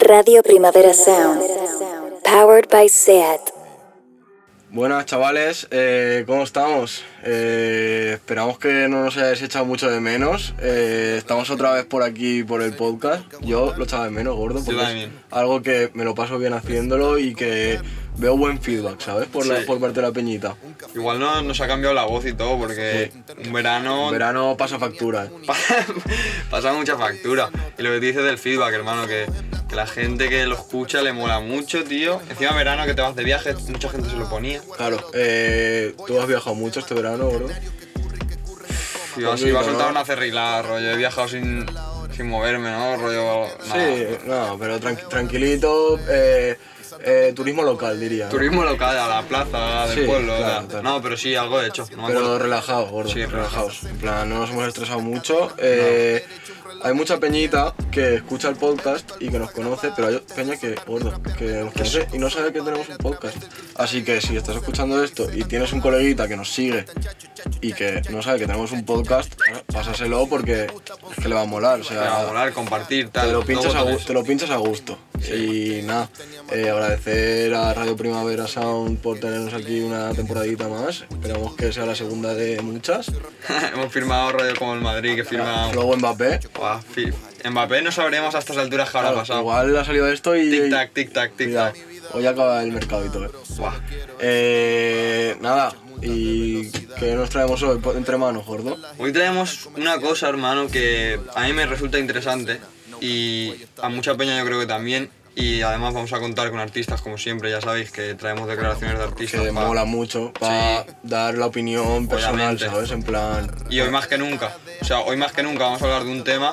Radio Primavera Sound, powered by SEAT. Buenas chavales, eh, ¿cómo estamos? Eh, esperamos que no nos hayáis echado mucho de menos. Eh, estamos otra vez por aquí por el podcast. Yo lo echaba de menos, gordo, porque es algo que me lo paso bien haciéndolo y que veo buen feedback, ¿sabes? Por, la- Sí. por parte de la peñita. Igual no, nos ha cambiado la voz y todo, porque un verano Verano pasa factura. pasa mucha factura. Y lo que te dices del feedback, hermano, que, que la gente que lo escucha le mola mucho, tío. Encima verano que te vas de viaje, mucha gente se lo ponía. Claro, eh, tú has viajado mucho este verano, gordo. Y yo así Conmigo, iba a soltar ¿no? una cerrila, rollo, he viajado sin, sin moverme, ¿no? Rollo, nada. Sí, no, pero tranqui- tranquilito. eh, eh, turismo local, diría. ¿no? Turismo local, a la plaza del Sí, pueblo. claro, la- claro. No, pero sí, algo he hecho. No me Pero acuerdo. relajados, gordo. Sí, relajados. En plan, no nos hemos estresado mucho. Eh, Hay mucha peñita que escucha el podcast y que nos conoce, pero hay peña que, gordo, que nos conoce y no sabe que tenemos un podcast. Así que si estás escuchando esto y tienes un coleguita que nos sigue y que no sabe que tenemos un podcast, eh, pásaselo porque es que le va a molar. O sea, Te va a volar, compartir, tal. te lo, dos pinchas a, botones. gu- te lo pinchas a gusto. Y nada, eh, agradecer a Radio Primavera Sound por tenernos aquí una temporadita más. Esperamos que sea la segunda de muchas. Hemos firmado rollo como el Madrid, que firma Luego Mbappé. Buah, fi- Mbappé no sabremos a estas alturas que habrá Claro, pasado. igual ha salido esto y. Tic tac, tic tac, tic Cuidado, tac. Hoy acaba el mercado y todo. Buah. Eh, nada, ¿y qué nos traemos hoy po- entre manos, gordo? Hoy traemos una cosa, hermano, que a mí me resulta interesante y a mucha peña yo creo que también. Y además vamos a contar con artistas, como siempre, ya sabéis que traemos declaraciones de Que artistas. pa- mola mucho para dar la opinión personal, Obviamente. ¿sabes? En plan, Y hoy más que nunca, o sea, hoy más que nunca vamos a hablar de un tema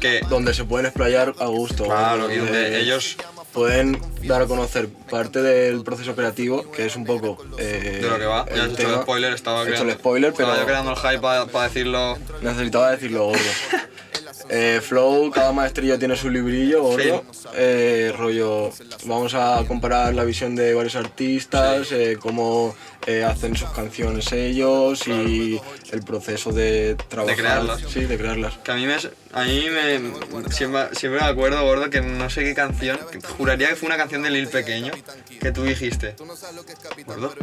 que donde se pueden explayar a gusto. Claro, ¿no? y donde ellos- pueden dar a conocer parte del proceso creativo, que es un poco eh, de lo que va. el Ya has hecho tema. el spoiler, estaba He hecho creando. el spoiler, pero Estaba yo creando el hype para decirlo. necesitaba decirlo gordo. Eh, Flow, cada maestrillo tiene su librillo, gordo. Eh, rollo, vamos a comparar la visión de varios artistas, eh, cómo eh, hacen sus canciones ellos y el proceso de trabajar. crearlas. Sí, de crearlas. Que a mí me. A mí me siempre, siempre me acuerdo, gordo, que no sé qué canción. que juraría que fue una canción de Lil Pequeño que tú dijiste. Gordo,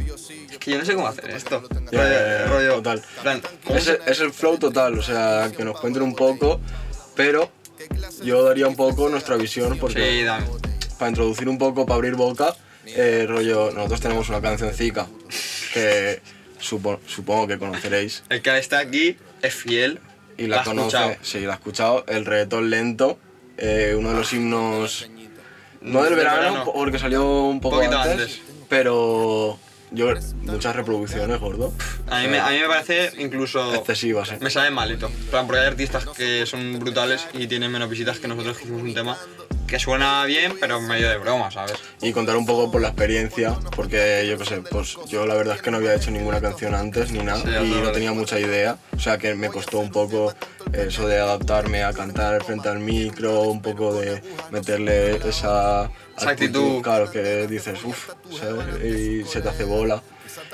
es que yo no sé cómo hacer esto. Ya, rollo, ya, ya, rollo, total. plan, ¿cómo Es, se- es el flow total, o sea, que nos cuenten un poco, pero yo daría un poco nuestra visión Sí, porque dame. para introducir un poco, para abrir boca, eh, rollo, nosotros tenemos una cancioncica que supo- supongo que conoceréis El que está aquí es fiel. y la, has escuchado. conoce, sí, la ha escuchado, el reggaetón lento, eh, uno de los himnos, no del Del verano, verano. porque salió un poco Poquito antes, antes. pero yo, muchas reproducciones, gordo, A mí, me, a mí me parece incluso. excesivas, eh. Me sabe malito. En plan, porque hay artistas que son brutales y tienen menos visitas que nosotros que hicimos un tema que suena bien, pero medio de broma, ¿sabes? y contar un poco por la experiencia, porque yo qué sé, pues yo la verdad es que no había hecho ninguna canción antes ni nada Sí, ya, y no claro. tenía mucha idea, o sea que me costó un poco eso de adaptarme a cantar frente al micro, un poco de meterle esa Esa actitud. claro, que dices, uff, y se te hace bola.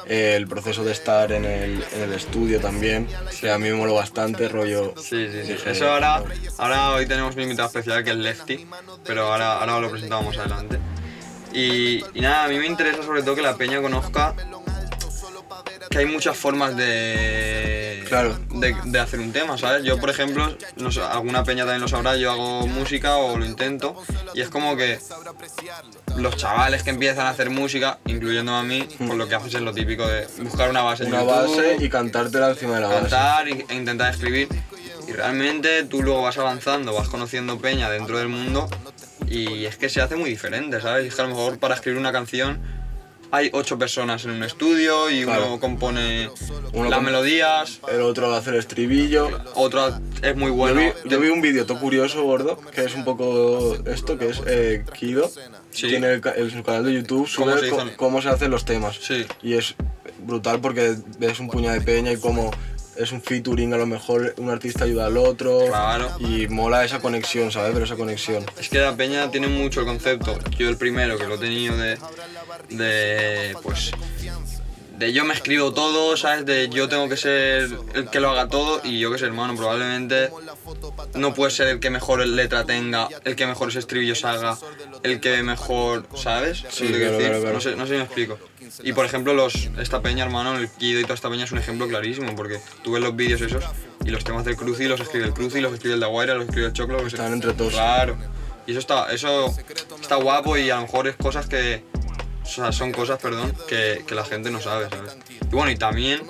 Eh, el proceso de estar en el, en el estudio también, que a mí me moló bastante, rollo. Sí, sí, sí. dije, Eso ahora, ahora hoy tenemos un invitado especial que es Lefty, pero ahora, ahora lo presentamos adelante. Y, y nada, a mí me interesa sobre todo que la peña conozca que hay muchas formas de, Claro. de, de hacer un tema, ¿sabes? Yo, por ejemplo, no sé, alguna peña también lo sabrá, yo hago música o lo intento, y es como que los chavales que empiezan a hacer música, incluyendo a mí, pues lo que haces es lo típico de buscar una base en Una YouTube, base y cantártela encima de la base. cantar y- e intentar escribir. Y realmente tú luego vas avanzando, vas conociendo peña dentro del mundo y es que se hace muy diferente, ¿sabes? Es que a lo mejor para escribir una canción hay ocho personas en un estudio y Claro. uno compone Uno las com- melodías, El otro hace el estribillo. otro es muy bueno. eh, yo, vi, yo vi un vídeo todo curioso, gordo, que es un poco esto, que es eh, Kido. Sí. Tiene el, ca- el- su canal de YouTube, sube ¿Cómo co- se cómo se, hizo? hacen los temas. Sí. Y es brutal porque ves un puñado de peña y como es un featuring, a lo mejor un artista ayuda al otro. Claro. Y mola esa conexión, ¿sabes? Pero esa conexión. Es que la peña tiene mucho el concepto. Yo el primero que lo he tenido de, de pues de yo me escribo todo, ¿sabes? De yo tengo que ser el que lo haga todo y yo que sé, hermano, probablemente no puede ser el que mejor letra tenga, el que mejor estribillos haga, el que mejor, ¿sabes? Sí, Lo que claro, decir. claro, claro. No, sé, no sé si me explico. Y por ejemplo, los, esta peña, hermano, el Kido y toda esta peña es un ejemplo clarísimo, porque tú ves los vídeos esos y los temas del Cruci los escribe el Cruci, los escribe el Daguaira, los escribe el Choclo, que se- Están entre todos. Claro. Y eso está, eso está guapo y a lo mejor es cosas que. O sea, son cosas, perdón, que, que la gente no sabe, ¿sabes? Y bueno, y también,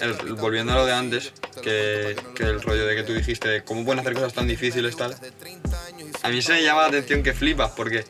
el- volviendo a lo de antes, que, que el rollo de que tú dijiste, de ¿cómo pueden hacer cosas tan difíciles tal? A mí se me llama la atención que flipas, porque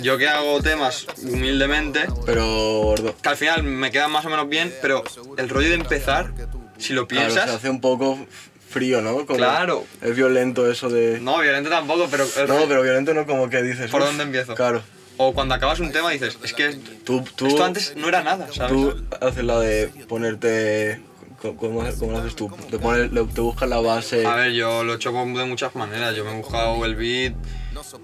yo que hago temas humildemente, Pero, gordo. que al final me quedan más o menos bien, pero el rollo de empezar, si lo Claro, piensas, se hace un poco frío, ¿no? Como Claro. Es violento eso de. no, violento tampoco, pero... el No, rollo- pero violento no como que dices. ¿Por "Uf". dónde empiezo? Claro. O cuando acabas un tema dices, es que Tú, tú, esto antes no era nada, ¿sabes? tú haces la de ponerte. co- ¿Cómo, cómo lo haces tú? Te, pones, le- te buscas la base. A ver, yo lo he hecho con- de muchas maneras. Yo me he buscado el beat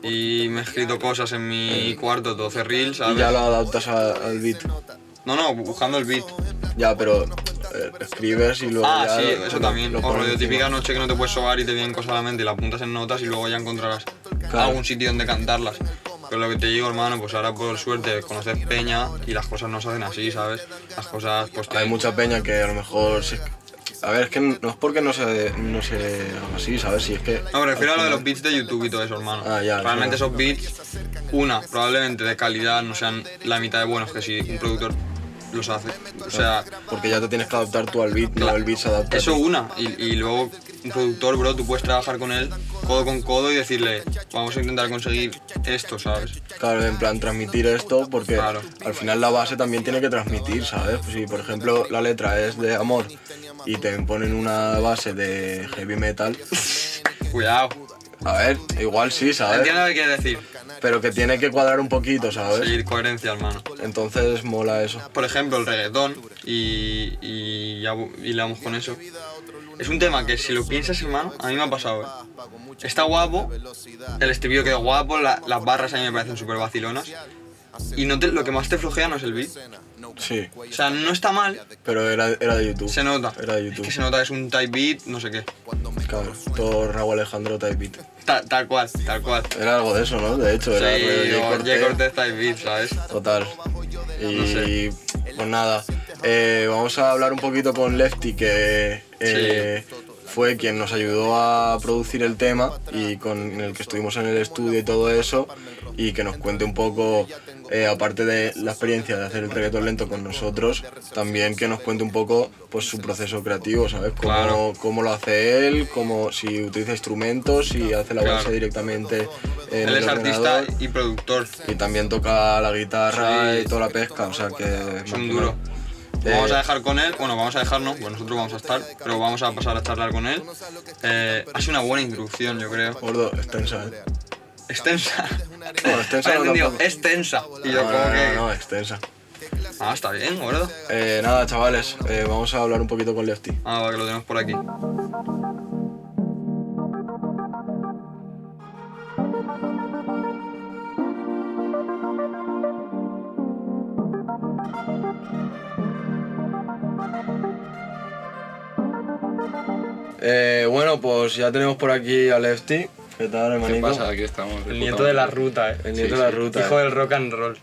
y me he escrito cosas en mi cuarto, 12 reels, Eh, y ya ¿sabes? lo adaptas a- al beat. No, no, buscando el beat. Ya, pero eh, escribes y luego. Ah, ya sí, lo- eso también. lo O pones rollo encima. típica noche que no te puedes sobar y te vienen cosas a la mente y la apuntas en notas y luego ya encontrarás Claro. algún sitio donde cantarlas. Pero lo que te digo, hermano, pues ahora por suerte conoces peña y las cosas no se hacen así, ¿sabes? Las cosas, pues Hay tienen- mucha peña que a lo mejor. se- A ver, es que no es porque no se, no se haga así, ¿sabes? Si es que. No, me refiero a al lo de final- los beats de YouTube y todo eso, hermano. Ah, ya, Realmente claro. esos beats, una, probablemente de calidad no sean la mitad de buenos que si un productor los hace. O sea, Porque ya te tienes que adaptar tú al beat, no Claro. el beat se adapta. a eso ti. una. Y, y luego un productor, bro, tú puedes trabajar con él codo con codo y decirle, vamos a intentar conseguir esto, ¿sabes? Claro, en plan transmitir esto, porque Claro. al final la base también tiene que transmitir, ¿sabes? Pues si por ejemplo la letra es de amor y te ponen una base de heavy metal, Cuidado. a ver, igual sí, ¿sabes? Entiendo lo que quieres decir. Pero que tiene que cuadrar un poquito, ¿sabes? Seguir coherencia, hermano. Entonces mola eso. por ejemplo, el reggaetón, y, y ya vo- y le vamos con eso. Es un tema que si lo piensas, hermano, a mí me ha pasado. ¿eh? Está guapo, el estribillo queda guapo, la- las barras a mí me parecen súper vacilonas. Y no te- lo que más te flojea no es el beat. Sí, O sea, no está mal, pero era, era de YouTube. se nota. Era de Es YouTube. que se nota, es un type beat, no sé qué. Claro, todo Raúl Alejandro type beat. Ta- tal cual, tal cual. Era algo de eso, ¿no? De hecho, Sí, era rollo J. o J. Cortez. Cortez type beat, ¿sabes? Total. Y No sé. pues nada, eh, vamos a hablar un poquito con Lefty, que eh, fue quien nos ayudó a producir el tema y con el que estuvimos en el estudio y todo eso, y que nos cuente un poco, eh, aparte de la experiencia de hacer el reggaetón lento con nosotros, también que nos cuente un poco pues, su proceso creativo, ¿sabes? Cómo, Claro. cómo lo hace él, cómo, si utiliza instrumentos, si hace la Claro. base directamente en Él el es artista ordenador. y productor. Y también toca la guitarra Sí. y toda la pesca, o sea que... Es un duro. Eh, Vamos a dejar con él, bueno, vamos a dejarnos, pues nosotros vamos a estar, pero vamos a pasar a charlar con él. Eh, ha sido una buena introducción, yo creo. Gordo, extensa, ¿eh? Extensa. Bueno, extensa Ahora no he entendido, tampoco. extensa. Y yo no, como no, que... no, no, extensa. Ah, está bien, gordo. Eh, nada, chavales, eh, vamos a hablar un poquito con Lefty. Ah, va, que lo tenemos por aquí. Eh, bueno, pues ya tenemos por aquí a Lefty. ¿Qué tal, hermanito? ¿Qué pasa? Aquí estamos. El nieto de la ruta, eh. El nieto Sí, de la sí. ruta. Hijo eh. del rock and roll.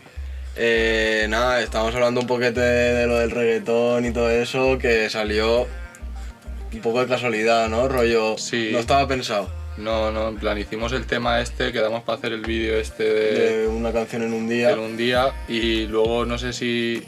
Eh, nada, estamos hablando un poquete de lo del reggaetón y todo eso, que salió un poco de casualidad, ¿no? Rollo, Sí. no estaba pensado. No, no, en plan, hicimos el tema este, quedamos para hacer el vídeo este de, De eh, una canción en un de día. un día y luego no sé si.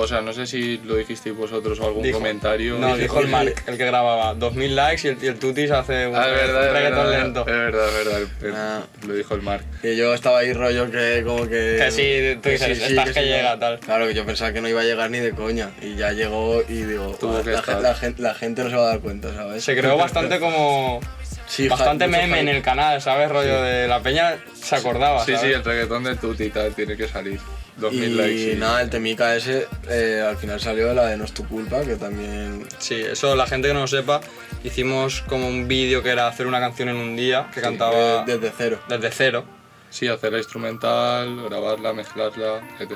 O sea, no sé si lo dijisteis vosotros o algún Dijo- comentario. No, dijo el Mark, el que grababa 2000 likes y el, y el Tutis hace un Ah, es verdad, es reggaetón verdad, lento. Eh, Es verdad, es verdad. el- el- Ah. Lo dijo el Mark. Que yo estaba ahí rollo que como que... Que sí, tú que dices, "Estás que no". llega, tal. Claro, que yo pensaba que no iba a llegar ni de coña. Y ya llegó y digo, Tuvo "Joder, que la, estar". gen- la gen- la gente no se va a dar cuenta, ¿sabes? Se creó eh. bastante como... Sí, ja- Bastante mucho meme en hype. el canal, ¿sabes? Rollo de la peña se acordaba, Sí, sí, Ah, ¿sabes? el reggaetón de Tuti y tal tiene que salir. 2000 Y likes. nada, el temica ese eh, al final salió de la de No es tu culpa, que también... Sí, eso la gente que no lo sepa, hicimos como un vídeo que era hacer una canción en un día que eh, cantaba desde cero. desde cero. Sí, hacer la instrumental, grabarla, mezclarla, etc.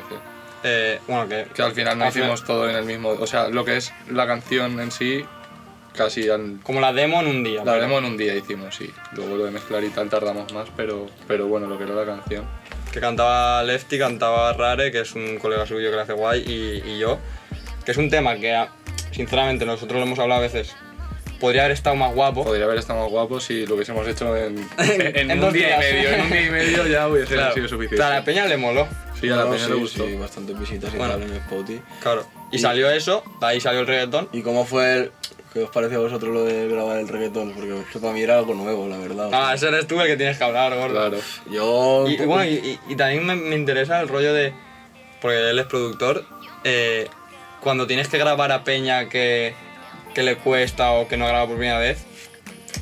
eh, bueno, que, Que al final no Al final- hicimos todo en el mismo. O sea, lo que es la canción en sí, casi al- Como la demo en un día. la pero- demo en un día hicimos, sí. Luego lo de mezclar y tal tardamos más, pero, pero bueno, lo que era la canción. que cantaba Lefty, cantaba Rare, que es un colega suyo que le hace guay, y, y yo, que es un tema que, ah, sinceramente, nosotros lo hemos hablado a veces, podría haber estado más guapo. Podría haber estado más guapo si lo hubiésemos hecho en, en, En un dos día días. y medio. En un día y medio ya hubiese Claro, sido suficiente. pero a la peña le moló, Sí, a la No, peña le sí, gustó. sí, bastantes visitas y Bueno. tal en Spotify. claro. Y Y- salió eso, de ahí salió el reggaetón. ¿Y cómo fue el, qué os pareció a vosotros lo de grabar el reggaetón? Porque es que para mí era algo nuevo, la verdad. o sea, Ah, ese eres tú el que tienes que hablar, gordo. Claro. Yo. un Y, y poco- bueno, y, y- y también me, me interesa el rollo de. Porque él es productor. eh, cuando tienes que grabar a Peña que, que le cuesta o que no graba por primera vez,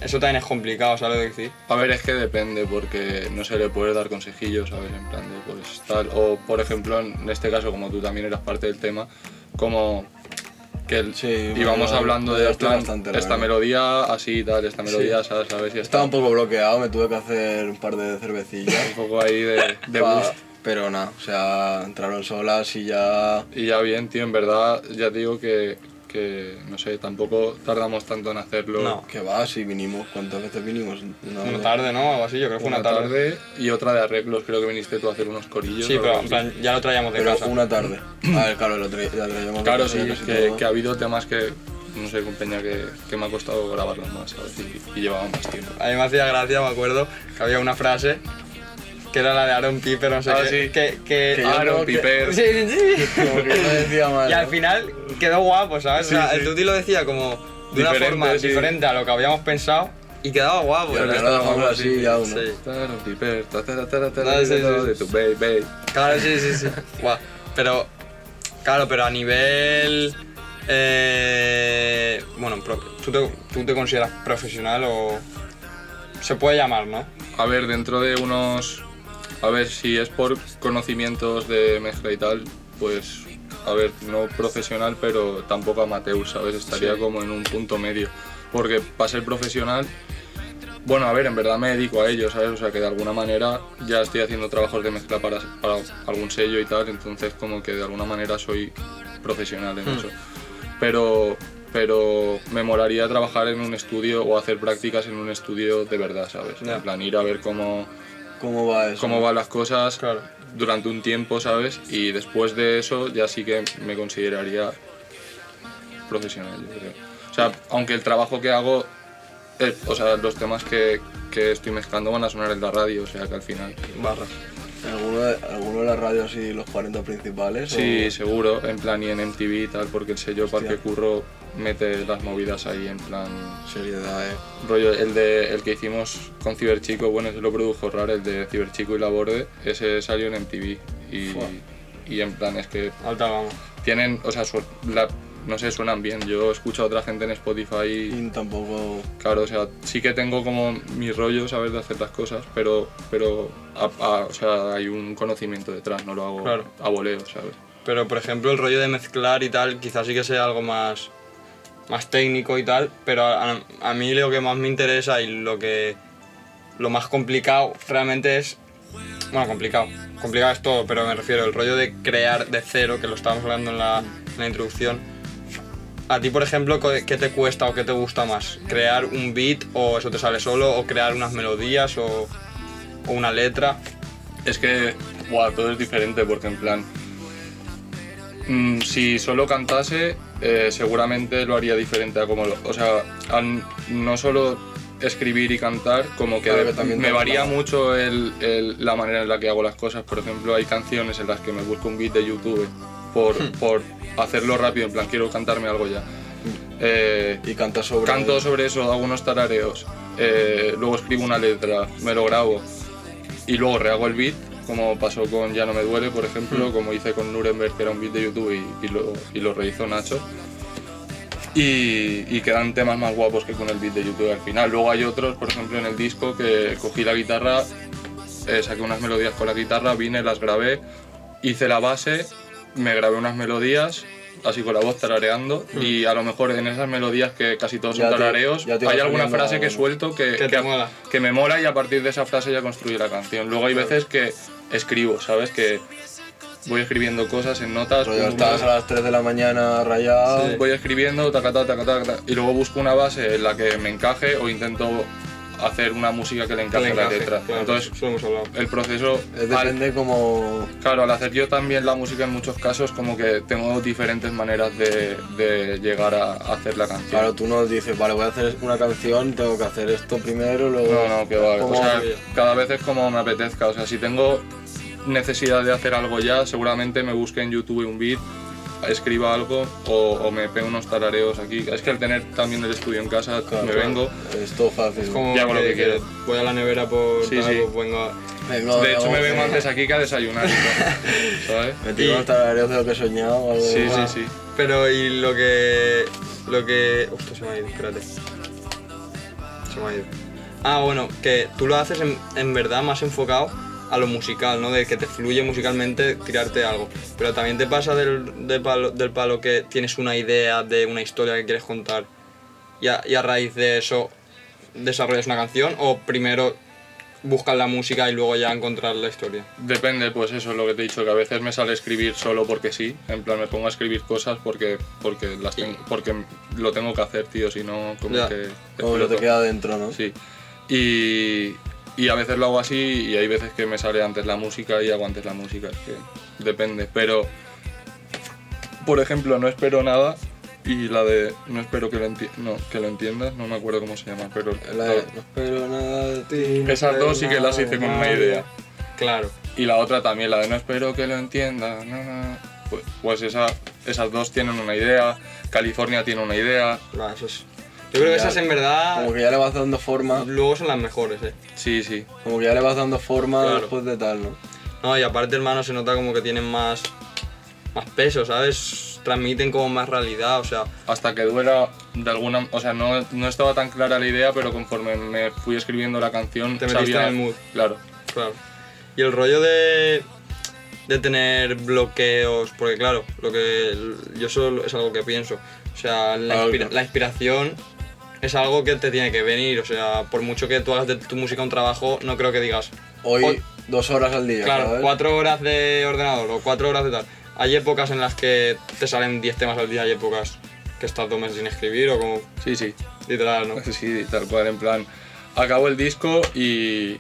eso también es complicado, ¿sabes lo que decir? A ver, es que depende, porque no se le puede dar consejillos, ¿sabes? En plan de, pues tal. O, por ejemplo, en este caso, como tú también eras parte del tema, como que el- Sí, íbamos bueno, hablando me de en ayudaste plan, bastante, la esta verdad. melodía así y tal, esta melodía, ¿sabes? ¿sabes? Y Estaba estaba un poco bloqueado, me tuve que hacer un par de cervecillas. un poco ahí de, de pa- boost. Pero nada, o sea, entraron solas y ya. Y ya bien, tío, en verdad, ya te digo que, que, no sé, tampoco tardamos tanto en hacerlo. No. Que va, si vinimos. ¿Cuántas veces vinimos? Una Una vez. tarde, ¿no? Algo así, yo creo que fue Una, tarde y otra de arreglos, creo que viniste tú a hacer unos corillos. Sí, o pero en algo así. plan, ya lo traíamos de Pero casa. una tarde. A ver, claro, el otro día. traíamos Claro, otro sí, día casi que, todo. que ha habido temas que, no sé, con Peña, que, que me ha costado grabarlos más, ¿sabes? Y, y llevaban más tiempo. A mí me hacía gracia, me acuerdo, que había una frase que era la de Aaron Piper, no sé Ah, qué. sí. Que, que- Que yo Ah, Aaron, creo que- Piper. Sí, sí, sí. Como que no decía mal. Y al ¿no? final quedó guapo, ¿sabes? Sí, o sea, sí. el Tuti lo decía como de una Diferente, forma sí. diferente a lo que habíamos pensado y quedaba guapo. Y al ¿no? final lo dejamos estaba así ya uno. Sí. Claro, Piper, ta, ta, ta, ta, ta, No, ta, sí, sí, ta, sí. de tu baby. Claro, sí, sí, sí. Guau. Pero, claro, pero a nivel... eh, bueno, pro- ¿tú te, tú te consideras profesional o...? Se puede llamar, ¿no? A ver, dentro de unos. A ver, si es por conocimientos de mezcla y tal, pues. A ver, no profesional, pero tampoco amateur, ¿sabes? Estaría como en un punto medio. Porque para ser profesional. Bueno, a ver, en verdad me dedico a ello, ¿sabes? O sea, que de alguna manera ya estoy haciendo trabajos de mezcla para, para algún sello y tal, entonces como que de alguna manera soy profesional en eso pero, pero me molaría trabajar en un estudio o hacer prácticas en un estudio de verdad, ¿sabes? Ya. En plan, ir a ver cómo, ¿Cómo va eso? cómo van las cosas Claro. durante un tiempo, ¿sabes? Y después de eso ya sí que me consideraría profesional, yo creo. O sea, aunque el trabajo que hago, eh, o sea, los temas que, que estoy mezclando van a sonar en la radio, o sea que al final... Barra. ¿Alguno de, alguno de las radios y los 40 principales? Sí, Oh. o- seguro, en plan y en MTV y tal, porque el sello Parque Curro mete las movidas ahí en plan Seriedad, eh. Rollo, el, de, el que hicimos con Ciberchico, bueno, ese lo produjo Rare, el de Ciberchico y La Borde, ese salió en MTV. Y, Fua. y en plan, es que Ahorita vamos. tienen, o sea, su- la- no sé, suenan bien. Yo escucho a otra gente en Spotify y, Y tampoco. claro, o sea, sí que tengo como mi rollo, saber de hacer las cosas, pero, pero a- a- o sea, hay un conocimiento detrás, no lo hago Claro. a voleo, ¿sabes? Pero por ejemplo el rollo de mezclar y tal, quizás sí que sea algo más, más técnico y tal, pero a, a- a mí lo que más me interesa y lo que lo más complicado realmente es, bueno, complicado, complicado es todo, pero me refiero el rollo de crear de cero, que lo estábamos hablando en la, en la introducción. A ti, por ejemplo, co- ¿qué te cuesta o qué te gusta más? ¿Crear un beat o eso te sale solo? ¿O crear unas melodías o, o una letra? Es que, guau, todo es diferente porque en plan, mm, si solo cantase, eh, seguramente lo haría diferente a como lo, o sea, al no solo escribir y cantar, como que, Claro, que también me te- varía mucho el- el- la manera en la que hago las cosas. Por ejemplo, hay canciones en las que me busco un beat de YouTube por, Hmm. por hacerlo rápido, en plan quiero cantarme algo ya. Hmm. Eh, Y canta sobre. Canto sobre eso, hago unos tarareos, eh, luego escribo una letra, me lo grabo y luego rehago el beat, como pasó con Ya no me duele, por ejemplo, como hice con Nuremberg, que era un beat de YouTube y, y lo, y lo rehizo Nacho. Y, y quedan temas más guapos que con el beat de YouTube al final. Luego hay otros, por ejemplo, en el disco que cogí la guitarra, eh, saqué unas melodías con la guitarra, vine, las grabé, hice la base, me grabé unas melodías, así con la voz tarareando, y a lo mejor en esas melodías que casi todos Mm. Ya son te- tarareos, ya te hay vas alguna poniendo frase que algo. suelto que, Que te mola. que me mola y a partir de esa frase ya construye la canción. Luego hay veces que escribo, ¿sabes? Que voy escribiendo cosas en notas. Rollo, pum, estás a pum, las 3 de la mañana rayado. pum, Voy escribiendo, tacatá, tacatá, tacatá, y luego busco una base en la que me encaje o intento hacer una música que le encaje, a la letra. Entonces, eso lo hemos hablado. el proceso Eh, al- Depende como... Claro, al hacer yo también la música en muchos casos, como que tengo diferentes maneras de, de llegar a hacer la canción. Claro, tú no dices, vale, voy a hacer una canción, tengo que hacer esto primero, luego... No, no, que va. ¿Cómo? O sea, cada vez es como me apetezca. O sea, si tengo necesidad de hacer algo ya, seguramente me busque en YouTube un beat, escriba algo o, o me pegue unos tarareos aquí. Es que al tener también el estudio en casa, Claro, me claro. vengo. Es todo fácil. Es como Ya hago lo que quiero. Voy a la nevera por Sí, tal, sí. pues vengo a- Venga, de hecho, vamos, me vengo eh, antes aquí que a desayunar. y todo, ¿Sabes? Me tiro Y- unos tarareos de lo que he soñado o algo Sí, así. sí, sí. Pero y lo que. Lo que. Hostia, se me ha ido, espérate. Se me ha ido. Ah, bueno, que tú lo haces en, en verdad más enfocado a lo musical, ¿no? De que te fluye musicalmente tirarte algo. Pero también te pasa del, del palo, del palo que tienes una idea de una historia que quieres contar y a, y a raíz de eso desarrollas una canción o primero buscas la música y luego ya encontrar la historia. Depende, pues eso es lo que te he dicho, que a veces me sale escribir solo porque sí, en plan me pongo a escribir cosas porque porque las tengo- porque lo tengo que hacer, tío, si no como Ya. que Como que exploto. te queda dentro, ¿no? Sí. Y, y a veces lo hago así y hay veces que me sale antes la música y hago antes la música, es que depende, pero por ejemplo, no espero nada y la de no espero que lo, enti- no, que lo entiendas, no me acuerdo cómo se llama, pero La de, no espero nada de ti. no esas espero dos sí que las nada hice de con una nadie. idea. Este, Claro. Y la otra también, la de no espero que lo entienda. no, no. Pues, pues esa, esas dos tienen una idea, California tiene una idea. Claro, eso es- Yo creo que Ya. esas en verdad... Como que ya le vas dando forma, Luego son las mejores, eh. Sí, sí. como que ya le vas dando forma Claro. después de tal, ¿no? No, y aparte, hermano, se nota como que tienen más, más peso, ¿sabes? Transmiten como más realidad, o sea, Hasta que duela de alguna... O sea, no, no estaba tan clara la idea, pero conforme me fui escribiendo la canción... Te metiste sabía- en el mood. Claro. claro. Y el rollo de, de tener bloqueos, porque claro, lo que yo solo es algo que pienso. O sea, la, Claro. inspira- la inspiración es algo que te tiene que venir, o sea, por mucho que tú hagas de tu música un trabajo, no creo que digas, Hoy, Hoy- dos horas al día, Claro, ¿sabes? cuatro horas de ordenador o cuatro horas de tal. Hay épocas en las que te salen 10 temas al día, hay épocas que estás dos meses sin escribir o como Sí, sí. literal, ¿no? Sí, tal cual, en plan, acabo el disco y,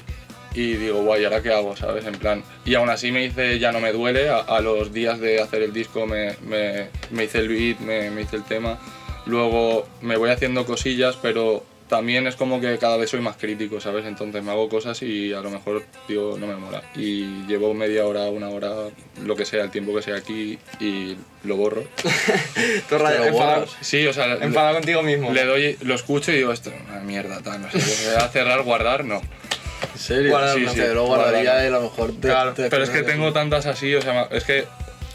y digo, guay, ¿ahora qué hago? ¿Sabes? En plan, y aún así me hice Ya no me duele, a, a los días de hacer el disco me, me- me hice el beat, me, me hice el tema, luego me voy haciendo cosillas, pero también es como que cada vez soy más crítico, ¿sabes? Entonces me hago cosas y a lo mejor, tío, no me mola. Y llevo media hora, una hora, lo que sea, el tiempo que sea aquí y lo borro. Tú rayas, lo enfadado, borras. Sí, o sea... enfadado contigo mismo. Le doy, lo escucho y digo, esto es una mierda, tal, no sé, qué. a cerrar, guardar, no. ¿En serio? Guardar, sí, no sí, sé, lo guardaría guardar. y a lo mejor te... Claro, te- pero es que tengo tantas así, o sea, ma- es que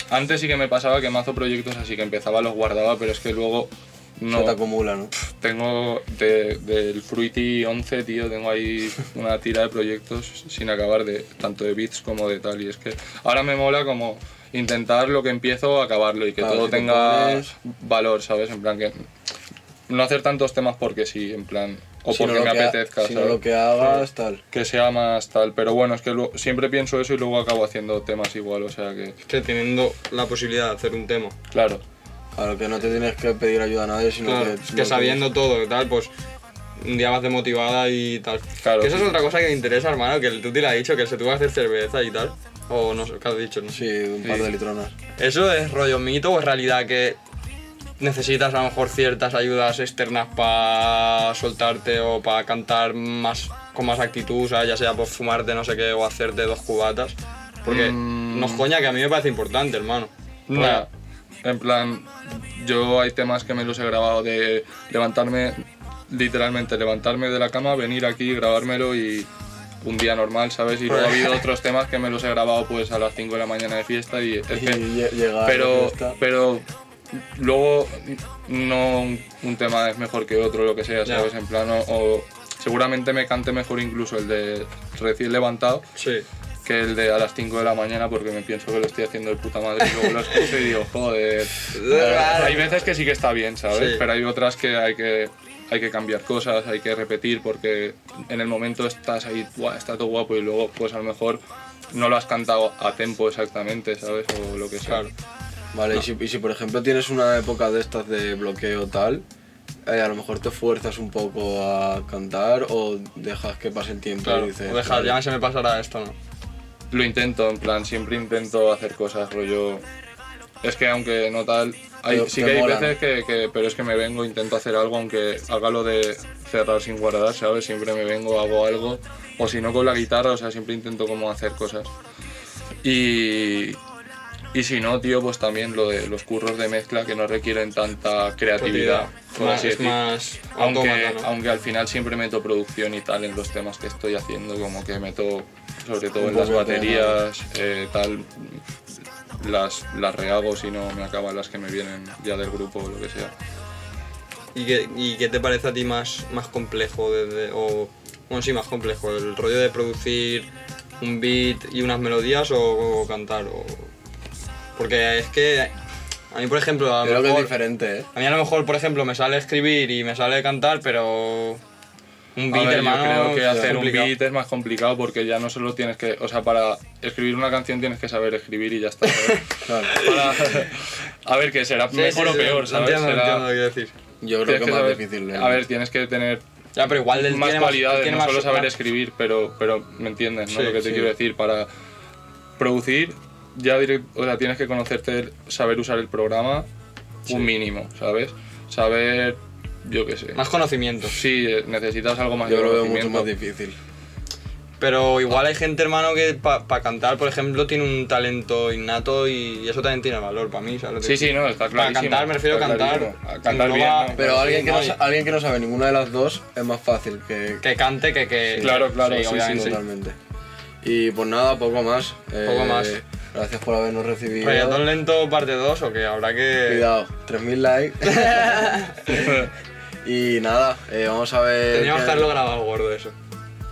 antes sí que me pasaba que mazo proyectos así, que empezaba, los guardaba, pero es que luego no. Se te acumula, ¿no? Tengo de- del Fruity 11, tío, tengo ahí una tira de proyectos sin acabar, de tanto de beats como de tal, y es que ahora me mola como intentar lo que empiezo, acabarlo y que Claro, todo si te tenga pones- valor, ¿sabes? En plan que no hacer tantos temas porque sí, en plan, o Si no porque lo me que ha- apetezca, Si no ¿sabes? lo que hagas, tal. que sea más tal. Pero bueno, es que lo- siempre pienso eso y luego acabo haciendo temas igual, o sea que. Que teniendo la posibilidad de hacer un tema. Claro. Claro, que no te tienes que pedir ayuda a nadie, sino Claro, que... que sabiendo todo y tal, pues un día vas de motivada y tal. Claro, Que eso sí. es otra cosa que me interesa, hermano, que el Tuti le ha dicho, que se tuvo a hacer cerveza y tal. O no sé, ¿qué has dicho? No sé. Sí, un par de litronas. ¿Eso es rollo mito o es realidad que necesitas a lo mejor ciertas ayudas externas para soltarte o para cantar más con más actitud, ¿sabes? ya sea por fumarte no sé qué o hacerte dos cubatas? Porque Mm. no es coña que a mí me parece importante, hermano. Nah, en plan, yo hay temas que me los he grabado de levantarme, literalmente levantarme de la cama, venir aquí, grabármelo y un día normal, ¿sabes? Y luego ha habido otros temas que me los he grabado pues a las 5 de la mañana de fiesta y es Y que- lle- Ah, llegar a la pero, fiesta. pero luego no un, un tema es mejor que otro, lo que sea, Ya. ¿sabes? En plan, o, o seguramente me cante mejor incluso el de recién levantado Sí. que el de a las 5 de la mañana porque me pienso que lo estoy haciendo de puta madre y luego lo escucho y digo, joder. hay veces que sí que está bien, ¿sabes? Sí. Pero hay otras que hay que... Hay que cambiar cosas, hay que repetir porque en el momento estás ahí, "Buah, está todo guapo y luego pues a lo mejor no lo has cantado a tempo exactamente, ¿sabes? O lo que sea. Vale, y, si, y si, por ejemplo tienes una época de estas de bloqueo tal, eh, a lo mejor te fuerzas un poco a cantar o dejas que pase el tiempo Claro, y dices... o dejar, ya se me pasará esto, ¿no? Lo intento, en plan, siempre intento hacer cosas, rollo. Es que aunque no tal. hay- Te- sí te que hay molan. veces que, que- Pero es que me vengo, intento hacer algo, aunque haga lo de cerrar sin guardar, ¿sabes? Siempre me vengo, hago algo. O si no con la guitarra, o sea, siempre intento como hacer cosas. Y. Y si no, tío, pues también lo de los curros de mezcla que no requieren tanta creatividad. por Más- así Pues es decir. más Aunque, autómata, ¿no? aunque al final siempre meto producción y tal en los temas que estoy haciendo, como que meto sobre todo Un en las poco de baterías, eh, tal, las, las rehago si no me acaban las que me vienen ya del grupo o lo que sea. ¿Y qué, y qué te parece a ti más, más complejo? Desde, o, bueno, sí, más complejo. ¿El rollo de producir un beat y unas melodías o, o cantar? O, porque es que a mí, por ejemplo, a, lo Creo que es mejor, diferente, ¿eh? a mí a lo mejor, por ejemplo, me sale escribir y me sale cantar, pero un A beat, ver, hermano, yo creo que es hacer complicado. un beat es más complicado porque ya no solo tienes que, o sea, para escribir una canción tienes que saber escribir y ya está. ¿sabes? Claro. Para- a ver, que será Sí, mejor sí, o sí, peor, ¿sabes? Entiendo, Será- entiendo lo que quieres decir. Yo creo tienes que, que más saber- difícil. ¿eh? A ver, tienes que tener Ya, pero igual él más tiene cualidades, tiene no más- solo saber escribir, pero, pero me entiendes, ¿no? Sí, Lo que te sí. quiero decir, para producir ya direc- o sea, tienes que conocerte, saber usar el programa un mínimo, ¿sabes? Saber, yo qué sé. Más conocimientos. Sí, eh, necesitas algo más Yo de lo veo mucho conocimiento. más difícil. Pero igual hay gente, hermano, que para cantar, por ejemplo, tiene un talento innato y, y eso también tiene valor para mí, ¿sabes? lo que Sí, te sí, digo? no, está Para clarísimo. cantar me refiero a está cantar. clarísimo. A cantar No bien, va- ¿no? Pero Sí, alguien que, no, no, y- sa- alguien que no sabe ninguna de las dos es más fácil que... Que cante, que... que... Claro, claro, sí, sí, sí, obviamente. Eh, totalmente. Y pues nada, poco más. Eh, Poco más. Gracias por habernos recibido. Reggaetón lento parte 2 o que habrá que... Cuidado, 3.000 likes. y nada, eh, vamos a ver... Teníamos qué- que haberlo grabado gordo eso.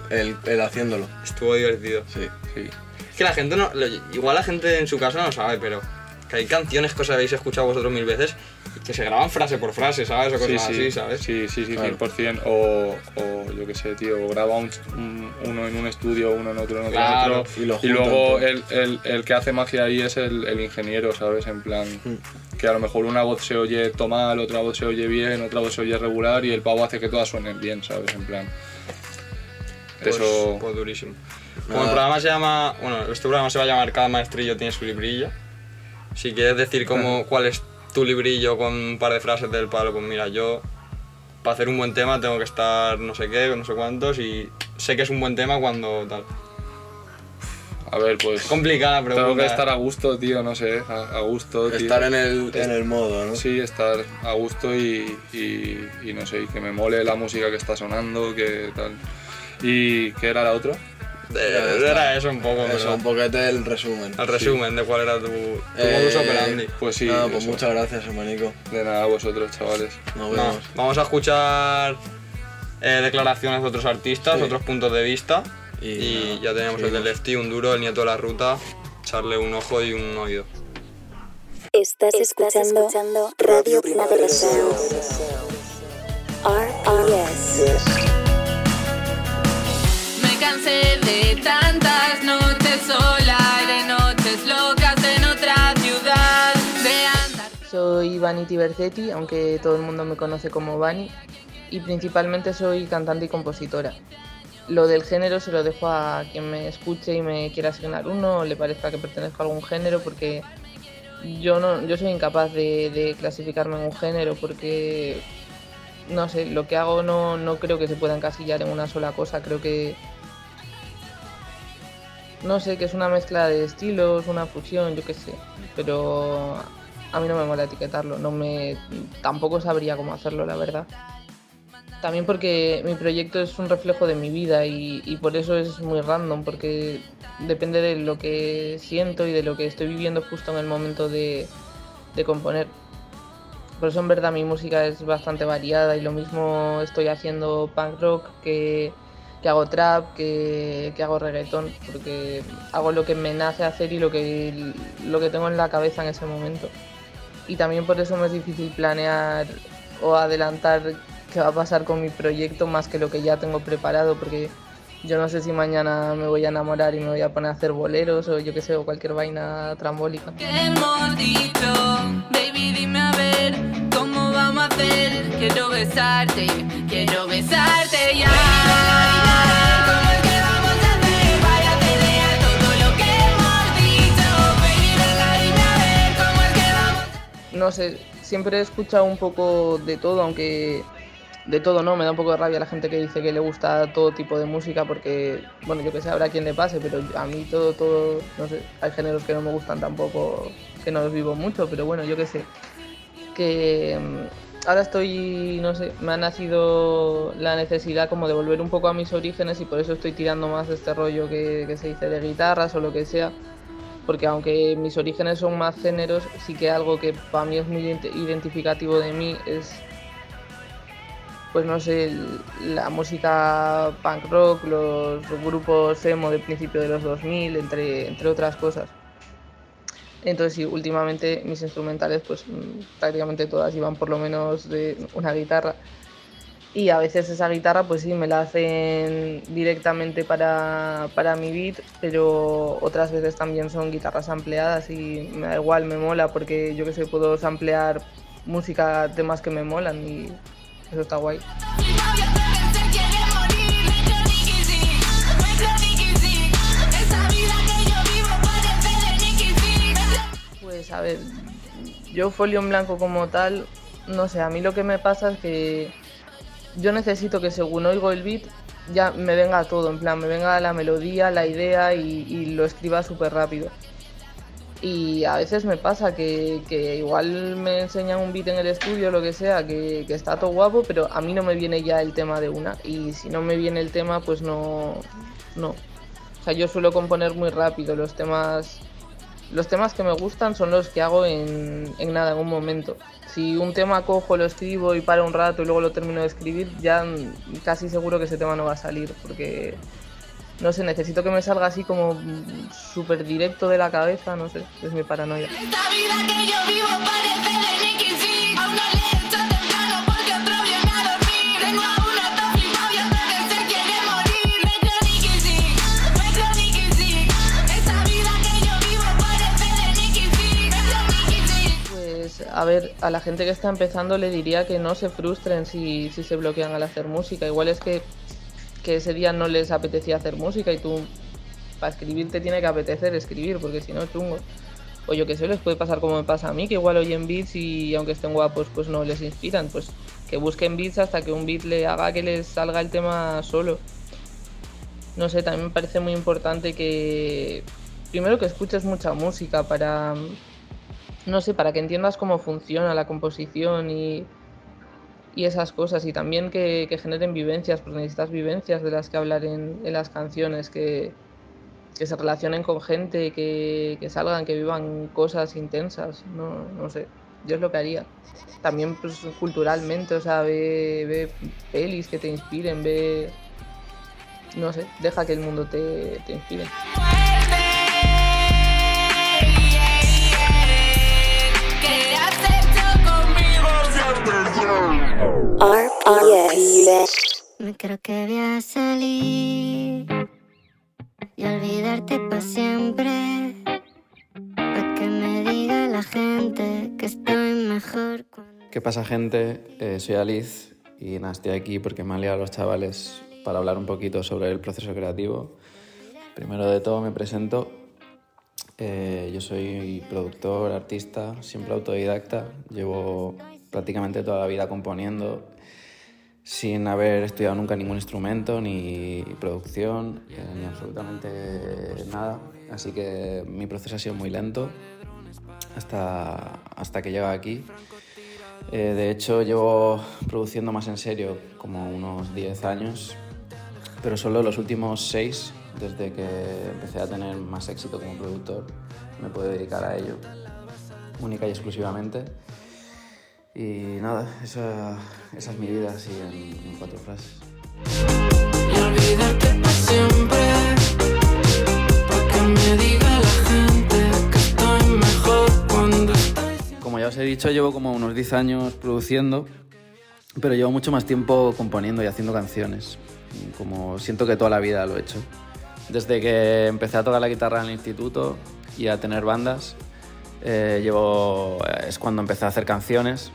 el, el haciéndolo, Estuvo divertido. sí. Sí. Es que la gente no... lo- igual la gente en su casa no lo sabe, pero... Que hay canciones que os habéis escuchado vosotros mil veces y que se graban frase por frase, ¿sabes? O Sí, cosas sí, así, ¿sabes? Sí, sí, sí, Claro. 100%. O, o yo qué sé, tío, o graba un- un- uno en un estudio, uno en otro, en otro, Claro. en otro. Y lo juntan, luego tío. el, el- el que hace magia ahí es el, el ingeniero, ¿sabes? En plan, Mm. que a lo mejor una voz se oye tomal, otra voz se oye bien, otra voz se oye regular y el pavo hace que todas suenen bien, ¿sabes? En plan. Pues- Eso. Pues durísimo. Como el Nada. programa se llama. Bueno, este programa se va a llamar Cada maestrillo tiene su librillo. Si quieres decir cómo, cuál es tu librillo con un par de frases del palo, pues mira, yo. Para hacer un buen tema tengo que estar no sé qué, no sé cuántos y sé que es un buen tema cuando tal. A ver, pues. Complicada la pregunta. Tengo que ¿eh? estar a gusto, tío, no sé. A, a gusto, tío. Estar en el, en el modo, ¿no? Sí, estar a gusto y, y- y no sé, y que me mole la música que está sonando, que tal. ¿Y qué era la otra? Eh, Era eso un poco, Eso, pero. un poquete el resumen. El resumen de cuál era tu, tu Eh, modus operandi. Pues sí, Nada, pues eso. muchas gracias, hermanico. de nada a vosotros, chavales. Nos No, vemos. vamos a escuchar eh, declaraciones de otros artistas, Sí. otros puntos de vista. Y Y, nada, ya tenemos el del seguimos. Lefty, un duro, el nieto de la ruta, echarle un ojo y un oído. Estás escuchando Radio Primavera Sound. RPS. Me cansé de tantas noches sola y de noches locas en otra ciudad. De andar. Soy Vanity Berzetti, aunque todo el mundo me conoce como Vani, y principalmente soy cantante y compositora. Lo del género se lo dejo a quien me escuche y me quiera asignar uno, o le parezca que pertenezco a algún género, porque yo no, yo soy incapaz de, de clasificarme en un género, porque no sé, lo que hago no, no creo que se pueda encasillar en una sola cosa, creo que no sé, que es una mezcla de estilos, una fusión, yo qué sé, pero a mí no me mola etiquetarlo, no me tampoco sabría cómo hacerlo, la verdad. También porque mi proyecto es un reflejo de mi vida y, y por eso es muy random, porque depende de lo que siento y de lo que estoy viviendo justo en el momento de, de componer. Por eso en verdad mi música es bastante variada y lo mismo estoy haciendo punk rock que, que hago trap, que, que hago reggaetón, porque hago lo que me nace hacer y lo que, lo que tengo en la cabeza en ese momento. Y también por eso me es difícil planear o adelantar qué va a pasar con mi proyecto más que lo que ya tengo preparado, porque Yo no sé si mañana me voy a enamorar y me voy a poner a hacer boleros o yo qué sé, o cualquier vaina trambólica. ¿Qué hemos dicho? Baby, dime a ver cómo vamos a hacer. Quiero besarte, quiero besarte ya. ¿Cómo es que vamos a hacer para tener todo lo que hemos dicho? Baby, venga, dime a ver cómo es que vamos a No sé, siempre he escuchado un poco de todo, aunque de todo no, me da un poco de rabia la gente que dice que le gusta todo tipo de música porque, bueno, yo que sé, habrá quien le pase, pero a mí todo, todo, no sé, hay géneros que no me gustan tampoco, que no los vivo mucho, pero bueno, yo que sé. Que mm, ahora estoy, no sé, me ha nacido la necesidad como de volver un poco a mis orígenes y por eso estoy tirando más de este rollo que, que se dice de guitarras o lo que sea porque aunque mis orígenes son más géneros, sí que algo que para mí es muy ident- identificativo de mí es, pues no sé, el- la música punk rock, los grupos emo de principio de los 2000, entre, entre otras cosas. Entonces sí, últimamente mis instrumentales, pues mm, prácticamente todas iban por lo menos de una guitarra. Y a veces esa guitarra, pues sí, me la hacen directamente para, para mi beat, pero otras veces también son guitarras ampliadas y me da igual, me mola, porque yo que sé, puedo samplear música, temas que me molan y eso está guay. Mi novio se quiere morir, nuestro Nicky Six, nuestro Nicky Six. Esa vida que yo vivo parece de Nicky Six. Pues a ver, yo folio en blanco como tal, no sé, a mí lo que me pasa es que yo necesito que según oigo el beat ya me venga todo, en plan, me venga la melodía, la idea y, y lo escriba súper rápido. Y a veces me pasa que, que igual me enseñan un beat en el estudio, lo que sea, que, que está todo guapo, pero a mí no me viene ya el tema de una. Y si no me viene el tema, pues no. No. O sea, yo suelo componer muy rápido los temas los temas que me gustan son los que hago en, en nada, en un momento. Si un tema cojo, lo escribo y para un rato y luego lo termino de escribir, ya mm, casi seguro que ese tema no va a salir porque, no sé, necesito que me salga así como mm, súper directo de la cabeza, no sé, es mi paranoia. Esta vida que yo vivo parece de Nicky Six. Aún no le echo temprano porque otro viene a dormir. Tengo a uno top y novio que se quiere morir. Nuestro Nicky Six, nuestro Nicky Six. Esa vida que yo vivo parece de Nicky Six. Nuestro Nicky Six. Pues a ver, a la gente que está empezando le diría que no se frustren si, si se bloquean al hacer música. Igual es que, que ese día no les apetecía hacer música y tú para escribir te tiene que apetecer escribir, porque si no, chungo. O yo que sé, les puede pasar como me pasa a mí, que igual oyen beats y aunque estén guapos, pues no les inspiran. Pues que busquen beats hasta que un beat le haga que les salga el tema solo. No sé, también me parece muy importante que. Primero que escuches mucha música para no sé, para que entiendas cómo funciona la composición y, y esas cosas. Y también que, que generen vivencias, porque necesitas vivencias de las que hablar en, en las canciones, que, que se relacionen con gente, que, que salgan, que vivan cosas intensas. No, no sé, yo es lo que haría. También pues, culturalmente, o sea, ve, ve pelis que te inspiren, ve... No sé, deja que el mundo te, te inspire. Que has hecho conmigo RPS. Me creo que voy a salir y olvidarte para siempre. Pa' que me diga la gente que estoy mejor cuando. ¿Qué pasa, gente? Eh, soy Aliz y nada, estoy aquí porque me han liado los chavales para hablar un poquito sobre el proceso creativo. Primero de todo, me presento. Eh, yo soy productor, artista, siempre autodidacta. Llevo prácticamente toda la vida componiendo sin haber estudiado nunca ningún instrumento, ni producción, eh, ni absolutamente nada. Así que mi proceso ha sido muy lento hasta, hasta que llega aquí. Eh, de hecho, llevo produciendo más en serio como unos 10 años, pero solo los últimos 6, desde que empecé a tener más éxito como productor, me puedo dedicar a ello, única y exclusivamente. Y nada, esa, esa es mi vida así en- en cuatro frases. Y olvidarte para siempre, para que me diga la gente que estoy mejor cuando estoy Como ya os he dicho, llevo como unos 10 años produciendo, pero llevo mucho más tiempo componiendo y haciendo canciones. como siento que toda la vida lo he hecho. Desde que empecé a tocar la guitarra en el instituto y a tener bandas, eh, llevo, eh, es cuando empecé a hacer canciones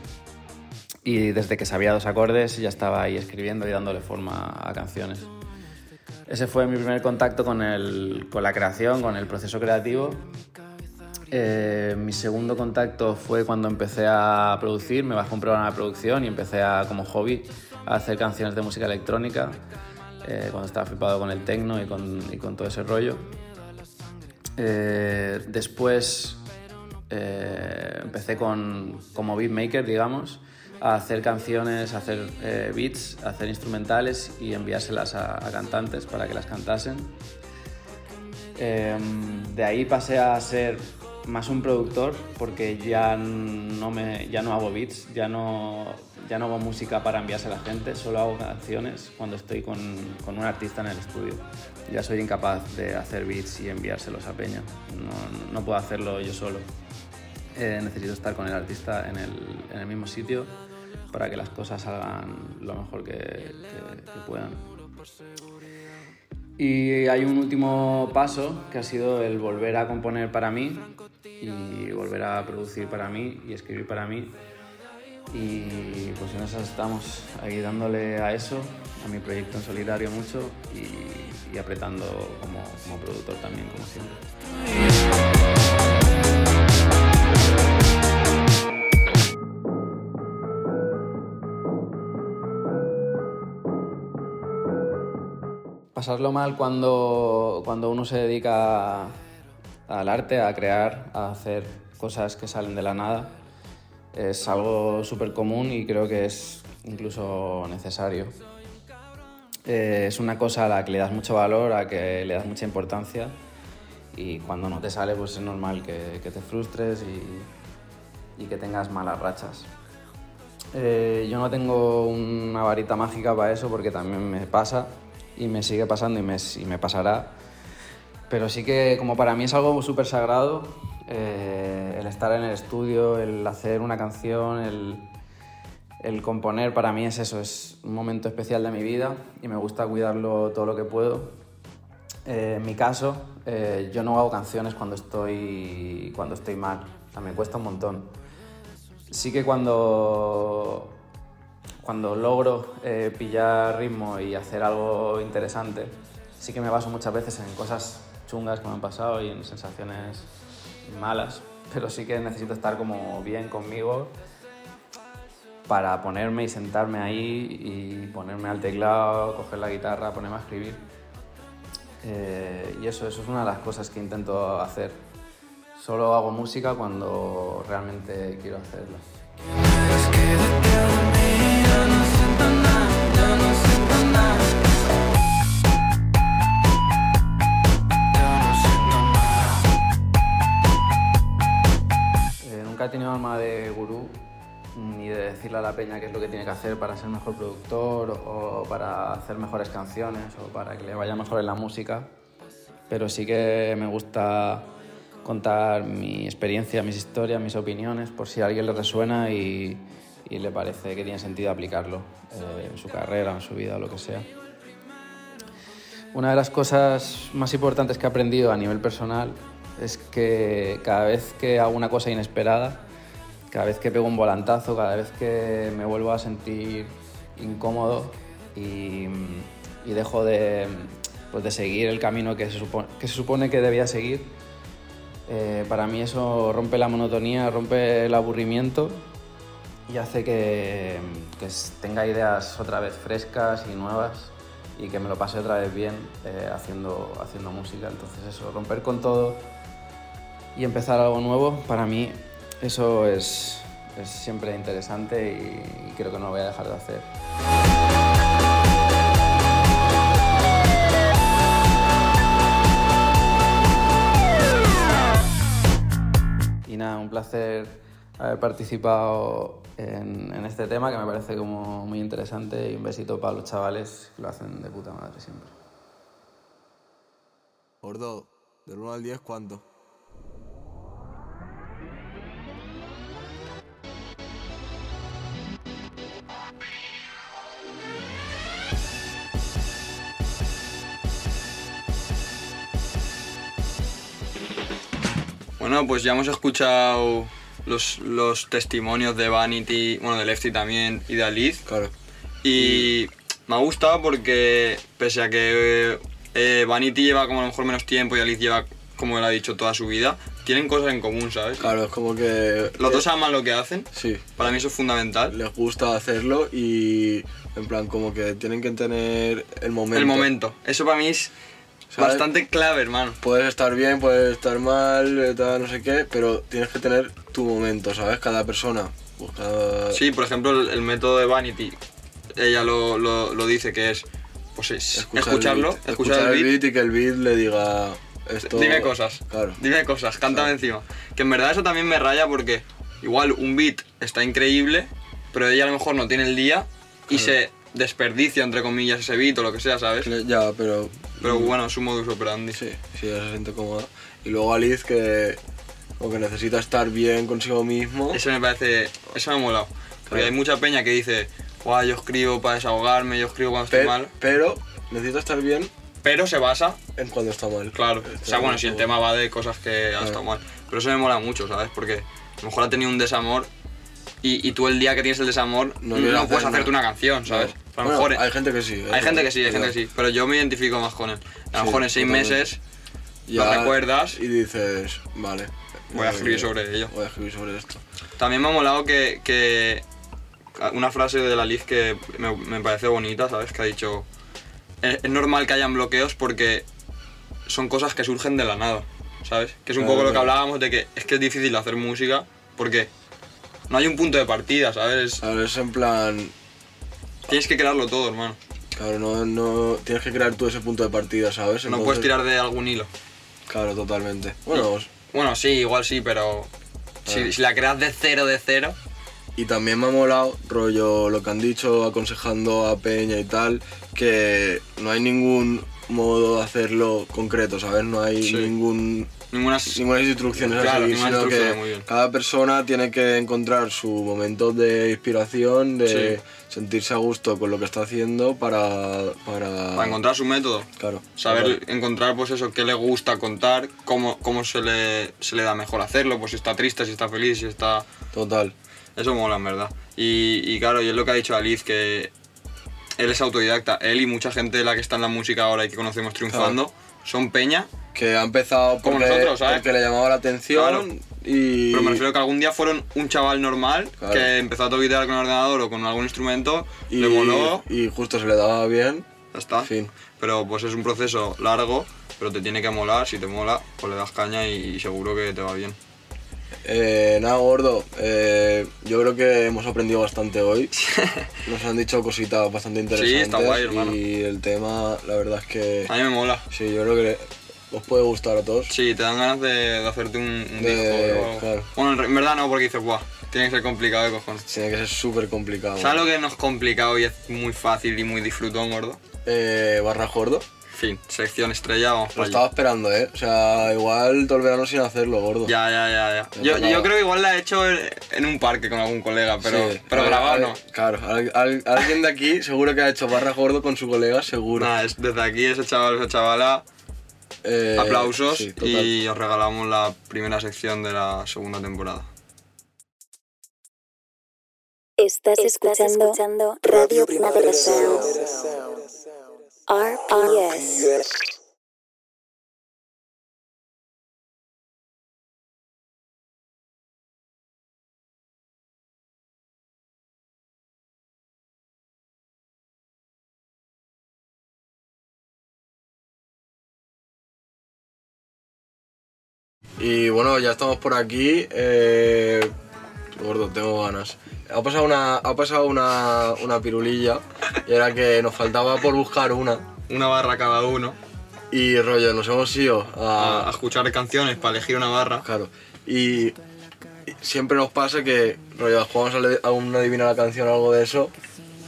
y desde que sabía dos acordes ya estaba ahí escribiendo y dándole forma a canciones. Ese fue mi primer contacto con, el- con la creación, con el proceso creativo. Eh, mi segundo contacto fue cuando empecé a producir, me bajé un programa de producción y empecé a, como hobby a hacer canciones de música electrónica, eh, cuando estaba flipado con el techno y con, y con todo ese rollo. Eh, después eh, empecé con, como beatmaker, digamos, a hacer canciones, a hacer eh, beats, a hacer instrumentales y enviárselas a- a cantantes para que las cantasen. Em, de ahí pasé a ser más un productor porque ya no, me, ya no hago beats, ya no, ya no hago música para enviarse a la gente, solo hago canciones cuando estoy con, con un artista en el estudio. Ya soy incapaz de hacer beats y enviárselos a Peña, no, no puedo hacerlo yo solo. Eh, necesito estar con el artista en el, en el mismo sitio para que las cosas salgan lo mejor que- que- que puedan. Y hay un último paso que ha sido el volver a componer para mí y volver a producir para mí y escribir para mí. Y pues en esas estamos ahí dándole a eso, a mi proyecto en solitario mucho y, y apretando como, como productor también, como siempre. pasarlo mal cuando, cuando uno se dedica al arte, a crear, a hacer cosas que salen de la nada, es algo súper común y creo que es incluso necesario. Eh, es una cosa a la que le das mucho valor, a que le das mucha importancia y cuando no te sale pues es normal que, que te frustres y- y que tengas malas rachas. Eh, yo no tengo una varita mágica para eso porque también me pasa y me sigue pasando y me, y me pasará. Pero sí que como para mí es algo súper sagrado, eh, el estar en el estudio, el hacer una canción, el, el componer, para mí es eso, es un momento especial de mi vida y me gusta cuidarlo todo lo que puedo. Eh, en mi caso, eh, yo no hago canciones cuando estoy, cuando estoy mal, O sea, me cuesta un montón sí que cuando, cuando logro eh, pillar ritmo y hacer algo interesante, sí que me baso muchas veces en cosas chungas que me han pasado y en sensaciones malas, pero sí que necesito estar como bien conmigo para ponerme y sentarme ahí y ponerme al teclado, coger la guitarra, ponerme a escribir. Eh, y eso, eso es una de las cosas que intento hacer. Solo hago música cuando realmente quiero hacerlo. Eh, nunca he tenido alma de gurú ni de decirle a la peña qué es lo que tiene que hacer para ser mejor productor o para hacer mejores canciones o para que le vaya mejor en la música. Pero sí que me gusta contar mi experiencia, mis historias, mis opiniones, por si a alguien le resuena y, y le parece que tiene sentido aplicarlo eh, en su carrera, en su vida o lo que sea. Una de las cosas más importantes que he aprendido a nivel personal es que cada vez que hago una cosa inesperada, cada vez que pego un volantazo, cada vez que me vuelvo a sentir incómodo y, y dejo de, pues, de seguir el camino que se, supone, que se supone que debía seguir, eh, para mí eso rompe la monotonía, rompe el aburrimiento y hace que, que s- tenga ideas otra vez frescas y nuevas y que me lo pase otra vez bien eh, haciendo, haciendo música. Entonces eso, romper con todo y empezar algo nuevo, para mí eso es, es siempre interesante y, y creo que no lo voy a dejar de hacer. Y nada, un placer haber participado en, en este tema que me parece como muy interesante y un besito para los chavales que lo hacen de puta madre siempre. Gordo, del 1 al 10, ¿cuánto? Bueno, pues ya hemos escuchado los, los testimonios de Vanity, bueno, de Lefty también y de Alice. Claro. Y me ha gustado porque, pese a que eh, Vanity lleva como a lo mejor menos tiempo y Alice lleva, como él ha dicho, toda su vida, tienen cosas en común, ¿sabes? Claro, es como que. Los dos aman lo que hacen. Sí, Para mí eso es fundamental. les gusta hacerlo y en plan como que tienen que tener el momento. El momento. Eso para mí es ¿Sabes? bastante clave, hermano. Puedes estar bien, puedes estar mal, eh, tal, no sé qué, pero tienes que tener tu momento, ¿sabes? Cada persona. pues cada- Sí, por ejemplo, el, el método de Vanity, ella lo, lo- lo dice que es pues es Escuchar el escucharlo, beat, escuchar el beat, y que el beat le diga esto. dime cosas, Claro. dime cosas, cántame encima. Que en verdad eso también me raya porque igual un beat está increíble, pero ella a lo mejor no tiene el día y se desperdicia, entre comillas, ese beat o lo que sea, ¿sabes? Le- Ya, pero Pero bueno, es un modus operandi. sí, sí, ya se siente cómoda. Y luego Alice que como que necesita estar bien consigo mismo. Eso me parece, eso me ha molado. Porque hay mucha peña que dice, guau, yo escribo para desahogarme, yo escribo cuando pe- estoy mal, Pero necesita estar bien pero se basa en cuando está mal. Este Claro, o sea, bueno, si el como- tema va de cosas que ha estado mal. Pero eso me mola mucho, ¿sabes? Porque a lo mejor ha tenido un desamor y, y tú el día que tienes el desamor No no, quieres hacer puedes nada. hacerte una canción, ¿sabes? Claro. A lo Bueno, mejor, hay gente que sí. ¿eh? hay gente que sí, hay gente que Pero sí, pero yo me identifico más con él. A lo Sí, mejor en seis totalmente. meses lo recuerdas. Y dices, vale. eh, Voy a escribir sobre ello. Voy a escribir sobre esto. También me ha molado que, que una frase de la Liz que me, me parece bonita, ¿sabes? Que ha dicho, es, es normal que hayan bloqueos porque son cosas que surgen de la nada, ¿sabes? Que es un Claro, poco lo que claro. hablábamos de que es que es difícil hacer música porque no hay un punto de partida, ¿sabes? Ahora es en plan, Tienes que crearlo todo, hermano. claro, no, no tienes que crear tú ese punto de partida, ¿sabes? no Entonces- puedes tirar de algún hilo. Claro, totalmente. Bueno, os- Bueno, sí, igual sí, pero si, si la creas de cero, de cero, y también me ha molado, rollo, lo que han dicho aconsejando a Peña y tal, que no hay ningún modo de hacerlo concreto, ¿sabes? No hay Sí. ningún ninguna... ninguna instrucción es Claro, así, ninguna sino instrucción, muy que bien. cada persona tiene que encontrar su momento de inspiración, de Sí. sentirse a gusto con lo que está haciendo para... Para, Para encontrar su método. Claro. Saber Claro. encontrar, pues eso, qué le gusta contar, cómo, cómo se, le, se le da mejor hacerlo, pues si está triste, si está feliz, si está... Total. Eso mola, en verdad. Y, y claro, y es lo que ha dicho Aliz, que él es autodidacta. Él y mucha gente de la que está en la música ahora y que conocemos triunfando son peña, Que ha empezado Como porque, nosotros, ¿sabes? porque le llamaba la atención Claro. y... pero me refiero que algún día fueron un chaval normal Claro. que empezó a toquetear con el ordenador o con algún instrumento, y, le voló, y justo se le daba bien. ya está. Fin. Pero pues es un proceso largo, pero te tiene que molar. Si te mola, pues le das caña y seguro que te va bien. Eh, nada, gordo. eh, yo creo que hemos aprendido bastante hoy. Nos han dicho cositas bastante interesantes. está guay, hermano. Y el tema, la verdad es que... A mí me mola. Sí, yo creo que le- os puede gustar a todos. Sí, te dan ganas de, de hacerte un, un De- disco o algo. claro. Bueno, en re- en verdad no, porque dices, guau, tiene que ser complicado de cojones. Tiene que ser súper complicado. ¿Sabes lo que no es complicado y es muy fácil y muy disfrutón, gordo? Eh, barra gordo. Fin, sección estrella, vamos Lo para estaba allá. esperando, ¿eh? O sea, igual todo el verano sin hacerlo, gordo. Ya, ya, ya, ya. Ya Yo, tocaba. yo creo que igual la he hecho en, en un parque con algún colega, pero, Sí. eh, pero Al- grabado al- no. Claro, al- al- alguien de aquí seguro que ha hecho barra gordo con su colega, seguro. Nada, es- desde aquí, ese chaval, esa chavala, Eh, aplausos sí, total. y os regalamos la primera sección de la segunda temporada. Estás escuchando Radio Primavera Sound. RPS. Y bueno, ya estamos por aquí. eh, gordo, tengo ganas. Ha pasado una, ha pasado una, una pirulilla y era que nos faltaba por buscar una. Una barra cada uno, Y rollo, nos hemos ido a, a a, escuchar canciones para elegir una barra. Claro. Y siempre nos pasa que rollo, jugamos a le- a un adivina la canción o algo de eso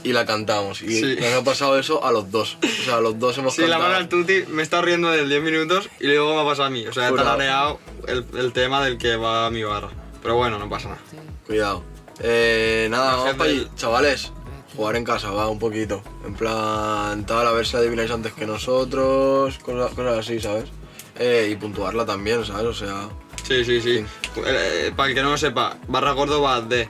y la cantamos. Y Sí. nos ha pasado eso a los dos. O sea, a los dos hemos Sí, la cantado. mano al Tuti me está riendo de 10 minutos y luego me ha pasado a mí. O sea, he Jurado. tarareado el, el tema del que va mi barra. Pero bueno, no pasa nada. Cuidado. Eh, nada, La vamos gente- para allí. Chavales, jugar en casa, va, un poquito. En plan, tal, a ver si adivináis antes que nosotros, cosas, cosas así, ¿sabes? Eh, y puntuarla también, ¿sabes? O sea, Sí, sí, sí. Eh, para el que no lo sepa, barra Córdoba de.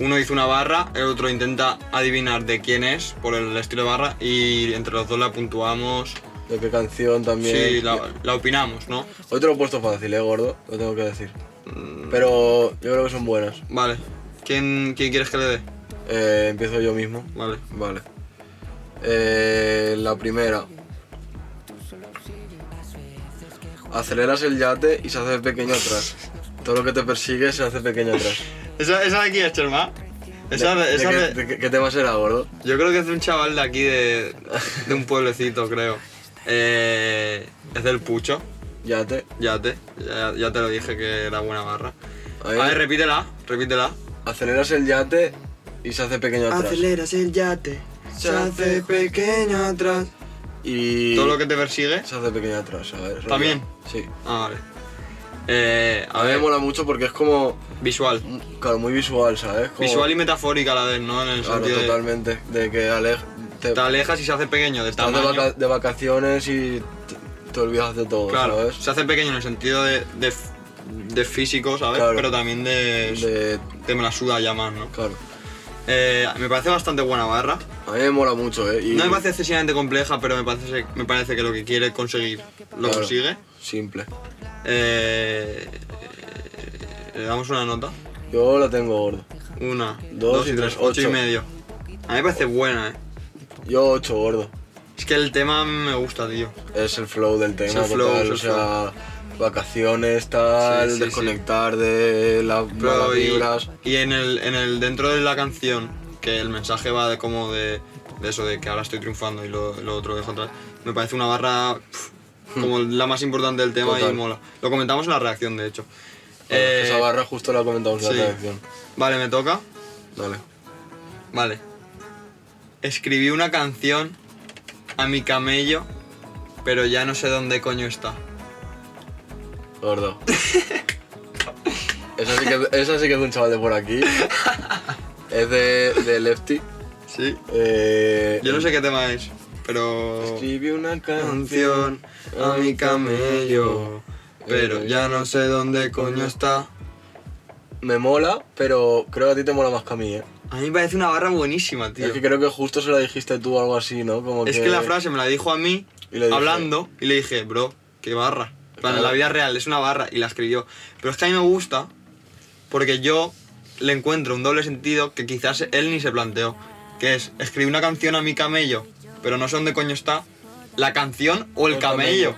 Uno dice una barra, el otro intenta adivinar de quién es por el estilo de barra y entre los dos la puntuamos. De qué canción también. Sí, la, la opinamos, ¿no? Hoy te lo he puesto fácil, eh, gordo, lo tengo que decir. Mm. Pero yo creo que son buenas. Vale. ¿Quién, quién quieres que le dé? Eh, empiezo yo mismo. Vale. Vale. Eh, la primera. Aceleras el yate y se hace pequeño atrás. Todo lo que te persigue se hace pequeño atrás. ¿Esa, esa de aquí es, Cherma? Esa ¿De- de- de esa qué, de- de qué- qué tema será, gordo? Yo creo que es de un chaval de aquí, de, de un pueblecito, creo. Eh, es del Pucho, Yate. ya te, ya, ya te lo dije que era buena barra. A A ver. ver, repítela, repítela. Aceleras el yate y se hace pequeño atrás. el yate, se hace pequeño atrás. y. ¿Todo lo que te persigue? Se hace pequeño atrás, a ver. rollo. ¿También? Sí. Ah, vale. Eh, A mí me mola mucho porque es como. visual. Mm, Claro, muy visual, ¿sabes? Como- Visual y metafórica a la vez, ¿no? En el Claro, sentido de- totalmente. De que ale- te, te alejas y se hace pequeño, de estás de, tamaño. vaca- de vacaciones y te, te olvidas de todo, Claro, ¿sabes? se hace pequeño en el sentido de, de, f- de físico, ¿sabes? Claro. Pero también de, De- Te me la suda ya más, ¿no? claro. Eh, me parece bastante buena barra. A mí me mola mucho, ¿eh? Y- No me parece excesivamente compleja, pero me parece, me parece que lo que quiere conseguir lo claro, consigue. Simple. Eh, le damos una nota. Yo la tengo gordo. Una, Dos dos, y y tres, tres, ocho y ocho. medio. A mí me parece buena, eh. Yo 8 gordo. Es que el tema me gusta, tío. Es el flow del tema, Es el flow, total, es el o sea, vacaciones, tal, Sí, sí, desconectar de las malas Pero y- vibras. Y, en, el, en el dentro de la canción, que el mensaje va de como de, de eso, de que ahora estoy triunfando y lo, lo otro dejo atrás, me parece una barra pf, como la más importante del tema Hmm. Total. y mola. Lo comentamos en la reacción, de hecho. Bueno, Eh, esa barra justo la comentamos en sí. la canción. Vale, me toca. Dale. Vale. Escribí una canción a mi camello, pero ya no sé dónde coño está. Gordo. esa, sí que, esa sí que es de un chaval de por aquí. Es de, de Lefty. Sí. Eh, Yo no sé qué tema es, pero... Escribí una canción a mi camello, pero ya no sé dónde coño está. Me mola, pero creo que a ti te mola más que a mí, ¿eh? A mí me parece una barra buenísima, tío. Es que creo que justo se la dijiste tú o algo así, ¿no? Como que... la frase me la dijo a mí Y le dije- hablando y le dije, bro, qué barra. En plan, Claro. en la vida real es una barra y la escribió. Pero es que a mí me gusta porque yo le encuentro un doble sentido que quizás él ni se planteó. Que es, escribí una canción a mi camello, pero no sé dónde coño está. La canción o el, El camello.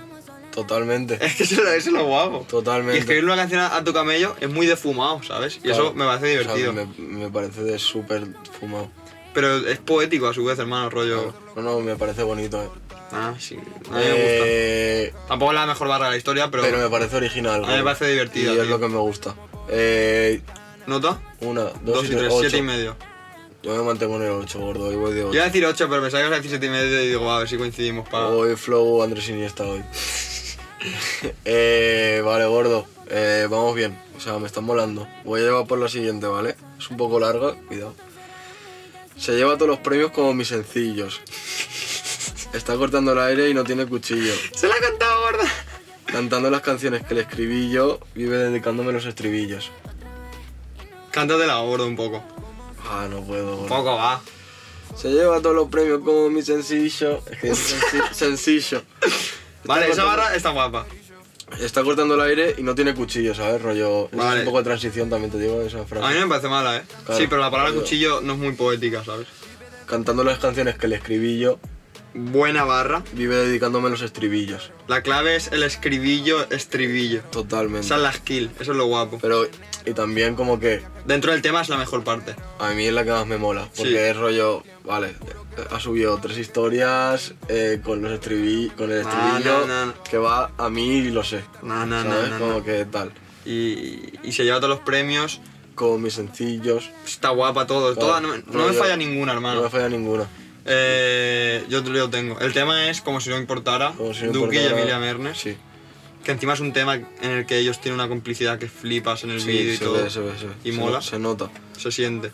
Totalmente. Es que eso, es lo- eso es lo guapo. Totalmente. Y escribir una canción a a tu camello es muy defumado, ¿sabes? Y Claro. eso me parece O sea, divertido. me, me parece de súper fumado. Pero es poético a su vez, hermano, rollo. No, no, me parece bonito, ¿eh? Ah, sí. A mí me Eh, gusta. Tampoco es la mejor barra de la historia, pero. pero me parece original. A mí me ¿no? parece divertida, Y es tío. lo que me gusta. Eh, ¿Nota? una, dos, 2 y 3, ocho. 7 y medio. Yo me mantengo en el 8, gordo. Hoy voy de Yo 8. iba a decir 8, pero pensaba que iba a decir 7 y medio y digo, a ver si coincidimos para. Hoy flow Andrés Iniesta hoy. Eh, vale, gordo. Eh, vamos bien. O sea, me están molando. Voy a llevar por la siguiente, ¿vale? Es un poco larga, cuidado. Se lleva todos los premios como mis sencillos. Está cortando el aire y no tiene cuchillo. ¡Se la ha cantado, gorda! Cantando las canciones que le escribí yo, vive dedicándome los estribillos. Cántatela, gordo, un poco. Ah, no puedo, gordo. Un poco, va. Se lleva todos los premios como mi sencillo. Es que es senci- sencillo. Vale, esa cortando- barra está guapa. Está cortando el aire y no tiene cuchillo, ¿sabes? Rollo. eso Es Vale. un poco de transición también, te digo, esa A mí frase. no me parece mala, ¿eh? Claro, sí, pero la palabra yo- cuchillo no es muy poética, ¿sabes? Cantando las canciones que le escribí yo, Buena barra. vive dedicándome los estribillos. La clave es el escribillo, estribillo. Totalmente. Esa es la skill, eso es lo guapo. Pero, y también como que Dentro del tema es la mejor parte. a mí es la que más me mola. Porque Sí. es rollo, vale, ha subido tres historias eh, con los estribi- con el No, estribillo Ah, no, no. que va a mí y lo sé. No, no, no, ¿Sabes? no, como no. que tal. Y, y se lleva todos los premios. Con mis sencillos. Está guapa todo. Claro. toda- no, me- no me Rollo- falla ninguna, No me hermano. falla ninguna. Eh, yo te lo tengo. El tema es como si no importara. Como si no Duque y importara- Emilia Mernes. Sí, Que encima es un tema en el que ellos tienen una complicidad que flipas en el vídeo sí y se, todo. ve, se ve, se ve. Y Se- mola. Se nota. Se siente.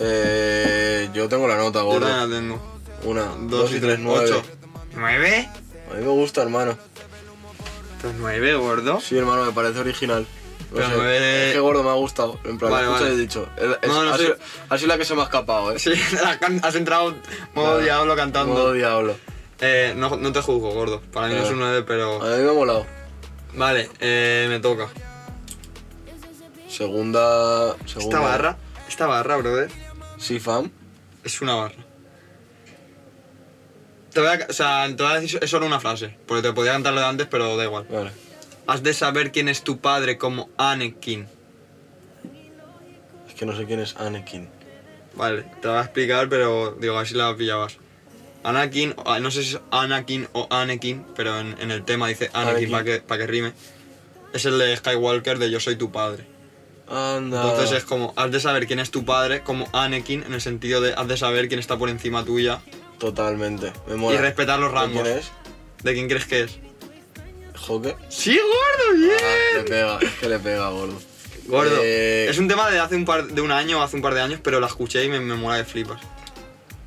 Eh, yo tengo la nota, Yo gordo. también la tengo. Una, dos, Dos y tres, nueve. ocho. ¿Nueve? A mí me gusta, hermano. Pues nueve, gordo. Sí, hermano, me parece original. No Pero sé, me ve- Es que gordo me ha gustado. En plan, Vale, escucha, vale. he dicho. el- es- No, no ha, sé. sido, ha sido la que se me ha escapado, ¿eh? Sí, la can- has entrado modo Nada. diablo cantando. Modo diablo. Eh, no, no te juzgo, gordo. Para mí no es Claro. un 9, pero. A mí me ha molado. Vale, eh, me toca. Segunda. segunda. Esta barra, esta barra, brother, Sí, fam. es una barra. Te voy a, o sea, te voy a decir, es solo una frase, porque te podía cantarlo de antes, pero da igual. Vale. Has de saber quién es tu padre como Anakin. Es que no sé quién es Anakin. Vale, te la voy a explicar, pero digo, a ver si la pillabas. Anakin, o- no sé si es Anakin o Anakin, pero en, en el tema dice Anakin, Anakin. para que, pa' que rime. Es el de Skywalker de Yo soy tu padre. Anda. Entonces es como, has de saber quién es tu padre, como Anakin, en el sentido de has de saber quién está por encima tuya Totalmente. Me mola. y respetar los ¿De rangos. ¿Quién es? ¿De quién crees que es? ¿Joker? ¡Sí, gordo! ¡Bien! Ah, le pega, es que le pega, gordo. gordo. Eh, Es un tema de hace un par de un año o hace un par de años, pero la escuché y me, me mola de flipas.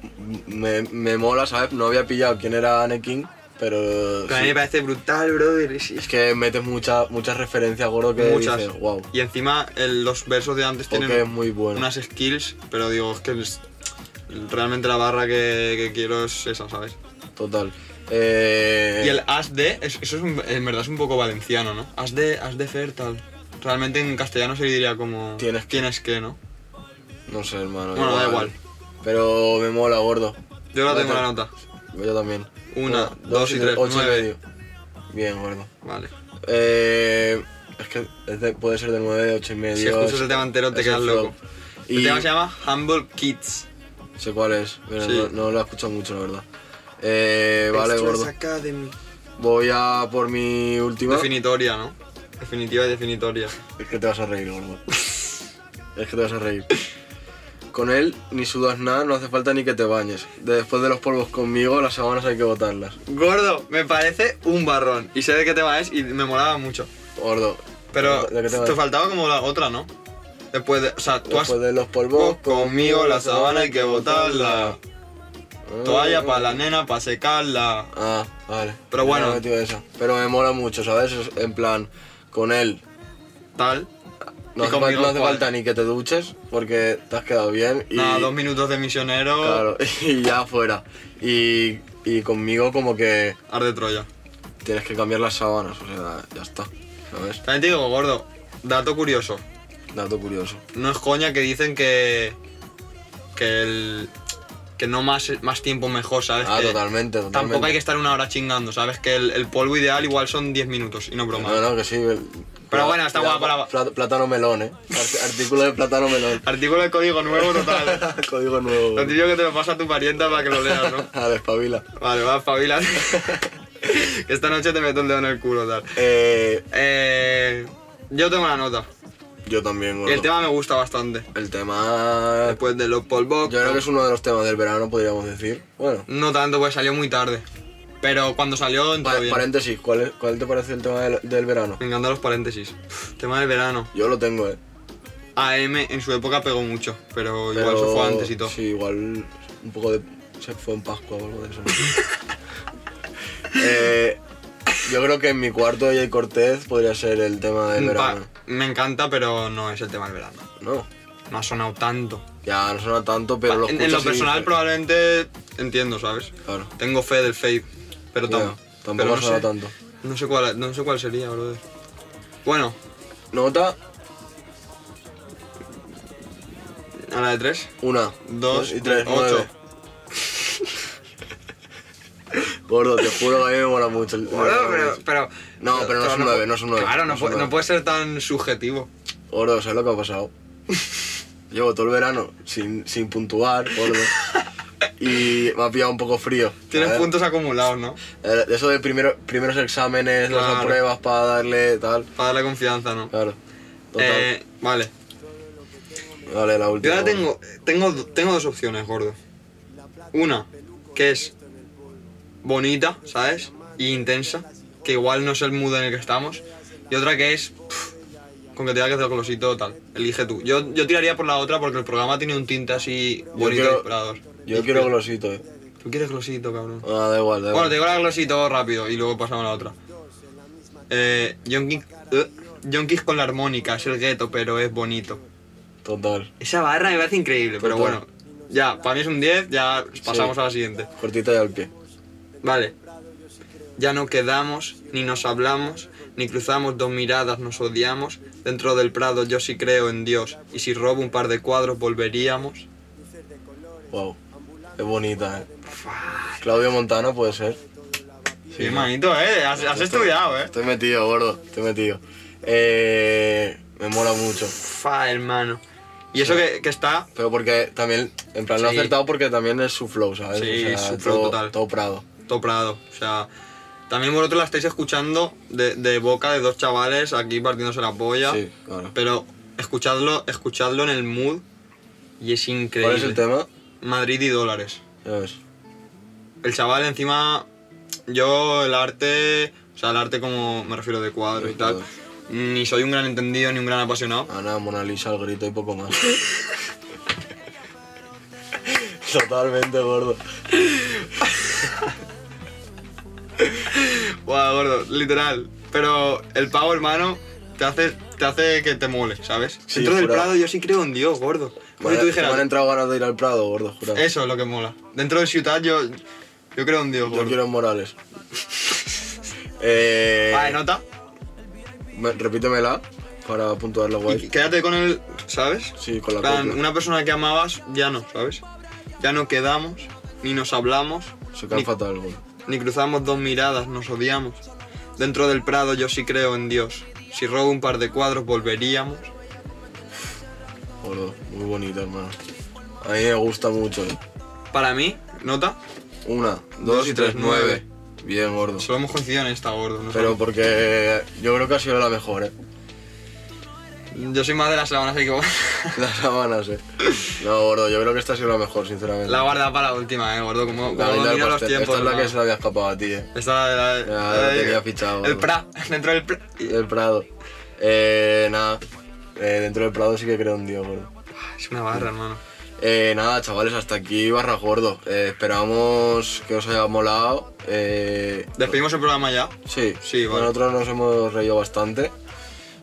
Pues me, me mola, ¿sabes? No había pillado quién era Anakin, pero. Pero a sí. mí me parece brutal, brother. Es- es Es que metes mucha- muchas referencias, gordo, que Muchas. dices, wow. Y encima el- los versos de antes Joker es tienen muy bueno. unas skills, pero digo, es que es- realmente la barra que, que quiero es esa, ¿sabes? Total. Eh, Y el as de, es- eso es un- en verdad es un poco valenciano, ¿no? As de, as de fer tal. Realmente en castellano se diría como... Tienes que. que, ¿no? No sé, hermano. Bueno, da igual. Pero me mola, gordo. Yo ahora Vale. tengo la nota. Yo también. Una, dos y tres, Ocho nueve. y medio. Bien, gordo. Vale. Eh, es que es de- puede ser de nueve, de ocho y medio. Si escuchas es- el tema entero te es el quedas loco. flop. El Y tema se llama Humble Kids. sé cuál es, pero Sí. no, no lo he escuchado mucho, la verdad. Eh, vale, Extras gordo. Academy. Voy a por mi última. Definitoria, ¿no? Definitiva y definitoria. Es que te vas a reír, gordo. es que te vas a reír. Con él ni sudas nada, no hace falta ni que te bañes. De después de los polvos conmigo, las sábanas hay que botarlas. Gordo, me parece un barrón. Y sé de qué tema es y me molaba mucho. Gordo. Pero ¿De qué te te vas? faltaba como la otra, ¿no? Después de. O sea, tú has. Después de los polvos Conmigo la sabana hay que botarla. Ah. Toalla para la nena para secarla. Ah, vale. Pero bueno. Me he metido esa. Pero me mola mucho, ¿sabes? Es En plan, con él. Tal. No Y hace, fal- conmigo, no hace ¿cuál? falta ni que te duches porque te has quedado bien. Y, eh. Nada, dos minutos de misionero. Claro, y ya fuera. Y, y conmigo como que Arde Troya. tienes que cambiar las sábanas, o sea, ya está. ¿Sabes? También te digo, gordo. Dato curioso. Dato curioso. No es coña que dicen que. Que el. Que no más, más tiempo mejor, ¿sabes? Ah, Que totalmente, totalmente. Tampoco hay que estar una hora chingando, ¿sabes? Que el, el polvo ideal igual son 10 minutos y no broma. No, no, que sí. el- Pero bueno, está Cuidado, guapa la- pla- Plátano melón, ¿eh? Art- Artículo de plátano melón. Artículo de código nuevo total. Código nuevo. Lo típico que te lo pasa a tu parienta para que lo leas, ¿no? A ver, espabila. Vale, va, Fabila. Esta noche te meto el dedo en el culo, tal. Eh, Eh, yo tengo la nota. yo también, Y gordo. el tema me gusta bastante. El tema... Después de los polvos. Yo creo que es uno de los temas del verano, podríamos decir. Bueno, No tanto, porque salió muy tarde. Pero cuando salió, entró pa- bien. paréntesis, ¿cuál, es- ¿cuál te parece el tema del, del verano? Me encantan los paréntesis. Tema del verano. Yo lo tengo, ¿eh? AM en su época pegó mucho, pero, Pero- igual eso fue antes y todo. Sí, igual un poco de... Se fue en Pascua o algo de eso. eh, yo creo que en mi cuarto de Jay Cortez podría ser el tema del Mm, Pa- verano. me encanta, pero no es el tema del verano. No, No ha sonado tanto. ya no suena tanto, pero lo en, en lo escuchas y personal dices- probablemente entiendo, ¿sabes? Claro. Tengo fe del fade, pero, Ya, tam- tampoco pero ha sonado sé, tanto. No sé cuál, no sé cuál sería, brother. Bueno, Nota, a la de tres. una, Dos, y tres, ocho. nueve. Gordo, te juro que a mí me mola mucho. el- Bueno, pero, pero- No, pero no es un pu- nueve, no es un nueve, Claro, no no, es pu- un nueve. no puede ser tan subjetivo. Gordo, ¿sabes lo que ha pasado? Llevo todo el verano sin, sin puntuar, gordo. Y me ha pillado un poco frío. Tienes ¿sabes? puntos acumulados, ¿no? Eh, Eso de primero, primeros exámenes, las Claro. pruebas para darle tal. Para darle confianza, ¿no? Claro. Total. Eh, vale. vale, la Yo última. ahora gordo. tengo, tengo, tengo dos opciones, gordo. Una, que es bonita, ¿sabes? Y intensa, que igual no es el mood en el que estamos. Y otra que es pff, con que te da que hacer glosito tal. Elige tú. Yo, yo tiraría por la otra porque el programa tiene un tinte así bonito quiero- y inspirador. Yo quiero glosito, eh. Tú quieres glosito, cabrón. Ah, da igual, da igual. Bueno, te digo la glosito rápido y luego pasamos a la otra. Eh, yonkis, eh, yonkis con la armónica, es el gueto, pero es bonito. Total. Esa barra me parece increíble, pero Total. bueno. Ya, para mí es un 10, ya pasamos Sí. a la siguiente. Cortita y al pie. Vale. Ya no quedamos, ni nos hablamos, ni cruzamos dos miradas, nos odiamos. Dentro del Prado yo sí creo en Dios, y si robo un par de cuadros volveríamos. Wow. Es bonita, eh. Claudio Montano puede ser. Sí, manito, eh, has, has estudiado, eh. Estoy metido, gordo. Estoy metido. Eh, me mola mucho. Fa, hermano. Y eso que, que está, Pero porque también, en plan, lo he Sí. acertado porque también es su flow, ¿sabes? Sí, su flow todo, total. Todo Prado. todo Prado, o sea... También vosotros la estáis escuchando de, de boca de dos chavales aquí partiéndose la polla. Sí, claro. Pero escuchadlo, escuchadlo en el mood y es increíble. ¿Cuál es el tema? Madrid y dólares. Ya ves. El chaval encima, yo el arte, o sea, el arte como me refiero de cuadro y De tal, cuadro. ni soy un gran entendido ni un gran apasionado. Ana, Mona Lisa, el grito y poco más. Totalmente gordo. Ah. Guau, gordo, literal. Pero el pavo, hermano, te hace, te hace que te mole, ¿sabes? Sí, Dentro del jurado. Prado yo sí creo en Dios, gordo. Como si Bueno, tú me dijeras, han entrado ganas de ir al Prado, gordo, jurado. eso es lo que mola. Dentro de Ciudad yo, yo creo en Dios, Yo gordo. quiero en Morales. eh, Vale, nota. me- repítemela para puntuarla Y guay. quédate con él, ¿sabes? Sí, con la plan, copla. una persona que amabas ya no, ¿sabes? Ya no quedamos, ni nos hablamos, Se cae ni- fatal, gordo. ni cruzamos dos miradas, nos odiamos. Dentro del Prado yo sí creo en Dios. Si robo un par de cuadros volveríamos. Gordo, muy bonito, hermano. A mí me gusta mucho. eh. Para mí, nota, Una, dos, Dos y y tres, tres, nueve. Bien, gordo. solo hemos coincidido en esta gordo. ¿no? Pero porque yo creo que ha sido la mejor, ¿eh? Yo soy más de las sábanas así que bueno, Las sábanas, ¿eh? No, gordo, yo creo que esta ha sido la mejor, sinceramente. la guarda para la última, eh, gordo. Como, La guinda como del domino los pastel. tiempos. Esta es la que se hermano. la había escapado a ti, ¿eh? Esta es la, Ah, Ya, lo tenía fichado, El gordo. Pra, dentro del Pra. Del Prado. Eh, nada. Eh, dentro del Prado sí que creo en Dios, gordo. Es una barra, hermano. Eh, nada, chavales, hasta aquí barra gordo. Eh, esperamos que os haya molado. Eh, Despedimos el programa ya. sí, Sí, vale. nosotros nos hemos reído bastante.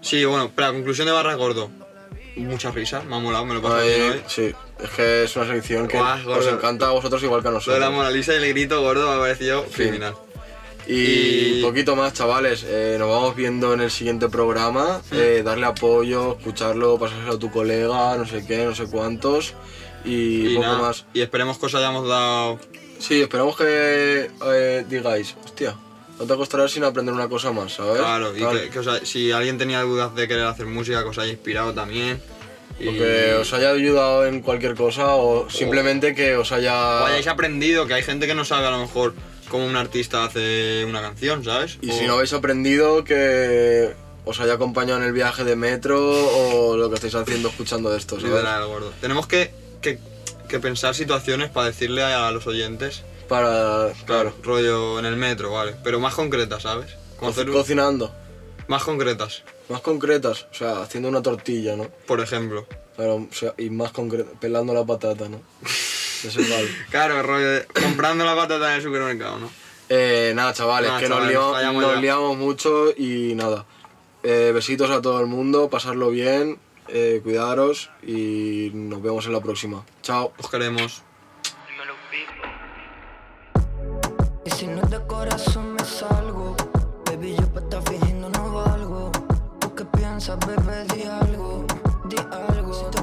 Sí, bueno, espera, conclusión de barra gordo. Muchas risas, me ha molado, me lo paso Ay, bien hoy. sí, es que es una sección que Guau, os gordo. encanta a vosotros igual que a Lo de la nosotros. Mona Lisa y el grito gordo me ha parecido criminal. Y Y- poquito más, chavales. Eh, nos vamos viendo en el siguiente programa. Eh, darle apoyo, escucharlo, pasárselo a tu colega, no sé qué, no sé cuántos. Y, Y, poco nada, más. ¿Eh? y esperemos que os hayamos dado. Sí, esperamos que eh, digáis, hostia, no te costará sin aprender una cosa más, ¿sabes? Claro, y Tal. que, que os ha- si alguien tenía dudas de querer hacer música, que os haya inspirado también. Y O que os haya ayudado en cualquier cosa o simplemente que os o haya... hayáis aprendido, que hay gente que no sabe a lo mejor cómo un artista hace una canción, ¿sabes? Y O- si no habéis aprendido, que os haya acompañado en el viaje de metro o lo que estáis haciendo escuchando esto, ¿sabes? Literal, gordo. Tenemos que, que- que pensar situaciones para decirle a los oyentes. Para... Claro. Rollo en el metro, vale. Pero más concretas, ¿sabes? Como hacer Co- un- cocinando. más concretas, Más concretas, o sea, haciendo una tortilla, ¿no? por ejemplo. Claro, o sea, y más concretas, pelando la patata, ¿no? De ese palo. Claro, rollo de- comprando la patata en el supermercado, ¿no? Eh, nada, chavales, Nada, que chavales, nos, liamos, vayamos nos ya. liamos mucho y nada. Eh, besitos a todo el mundo, pasarlo bien, eh, cuidaros y nos vemos en la próxima. Chao. Os queremos. Y si no es de corazón me salgo Baby, yo pa' estar fingiendo no valgo ¿Tú qué piensas, bebé? Di algo, di algo Si te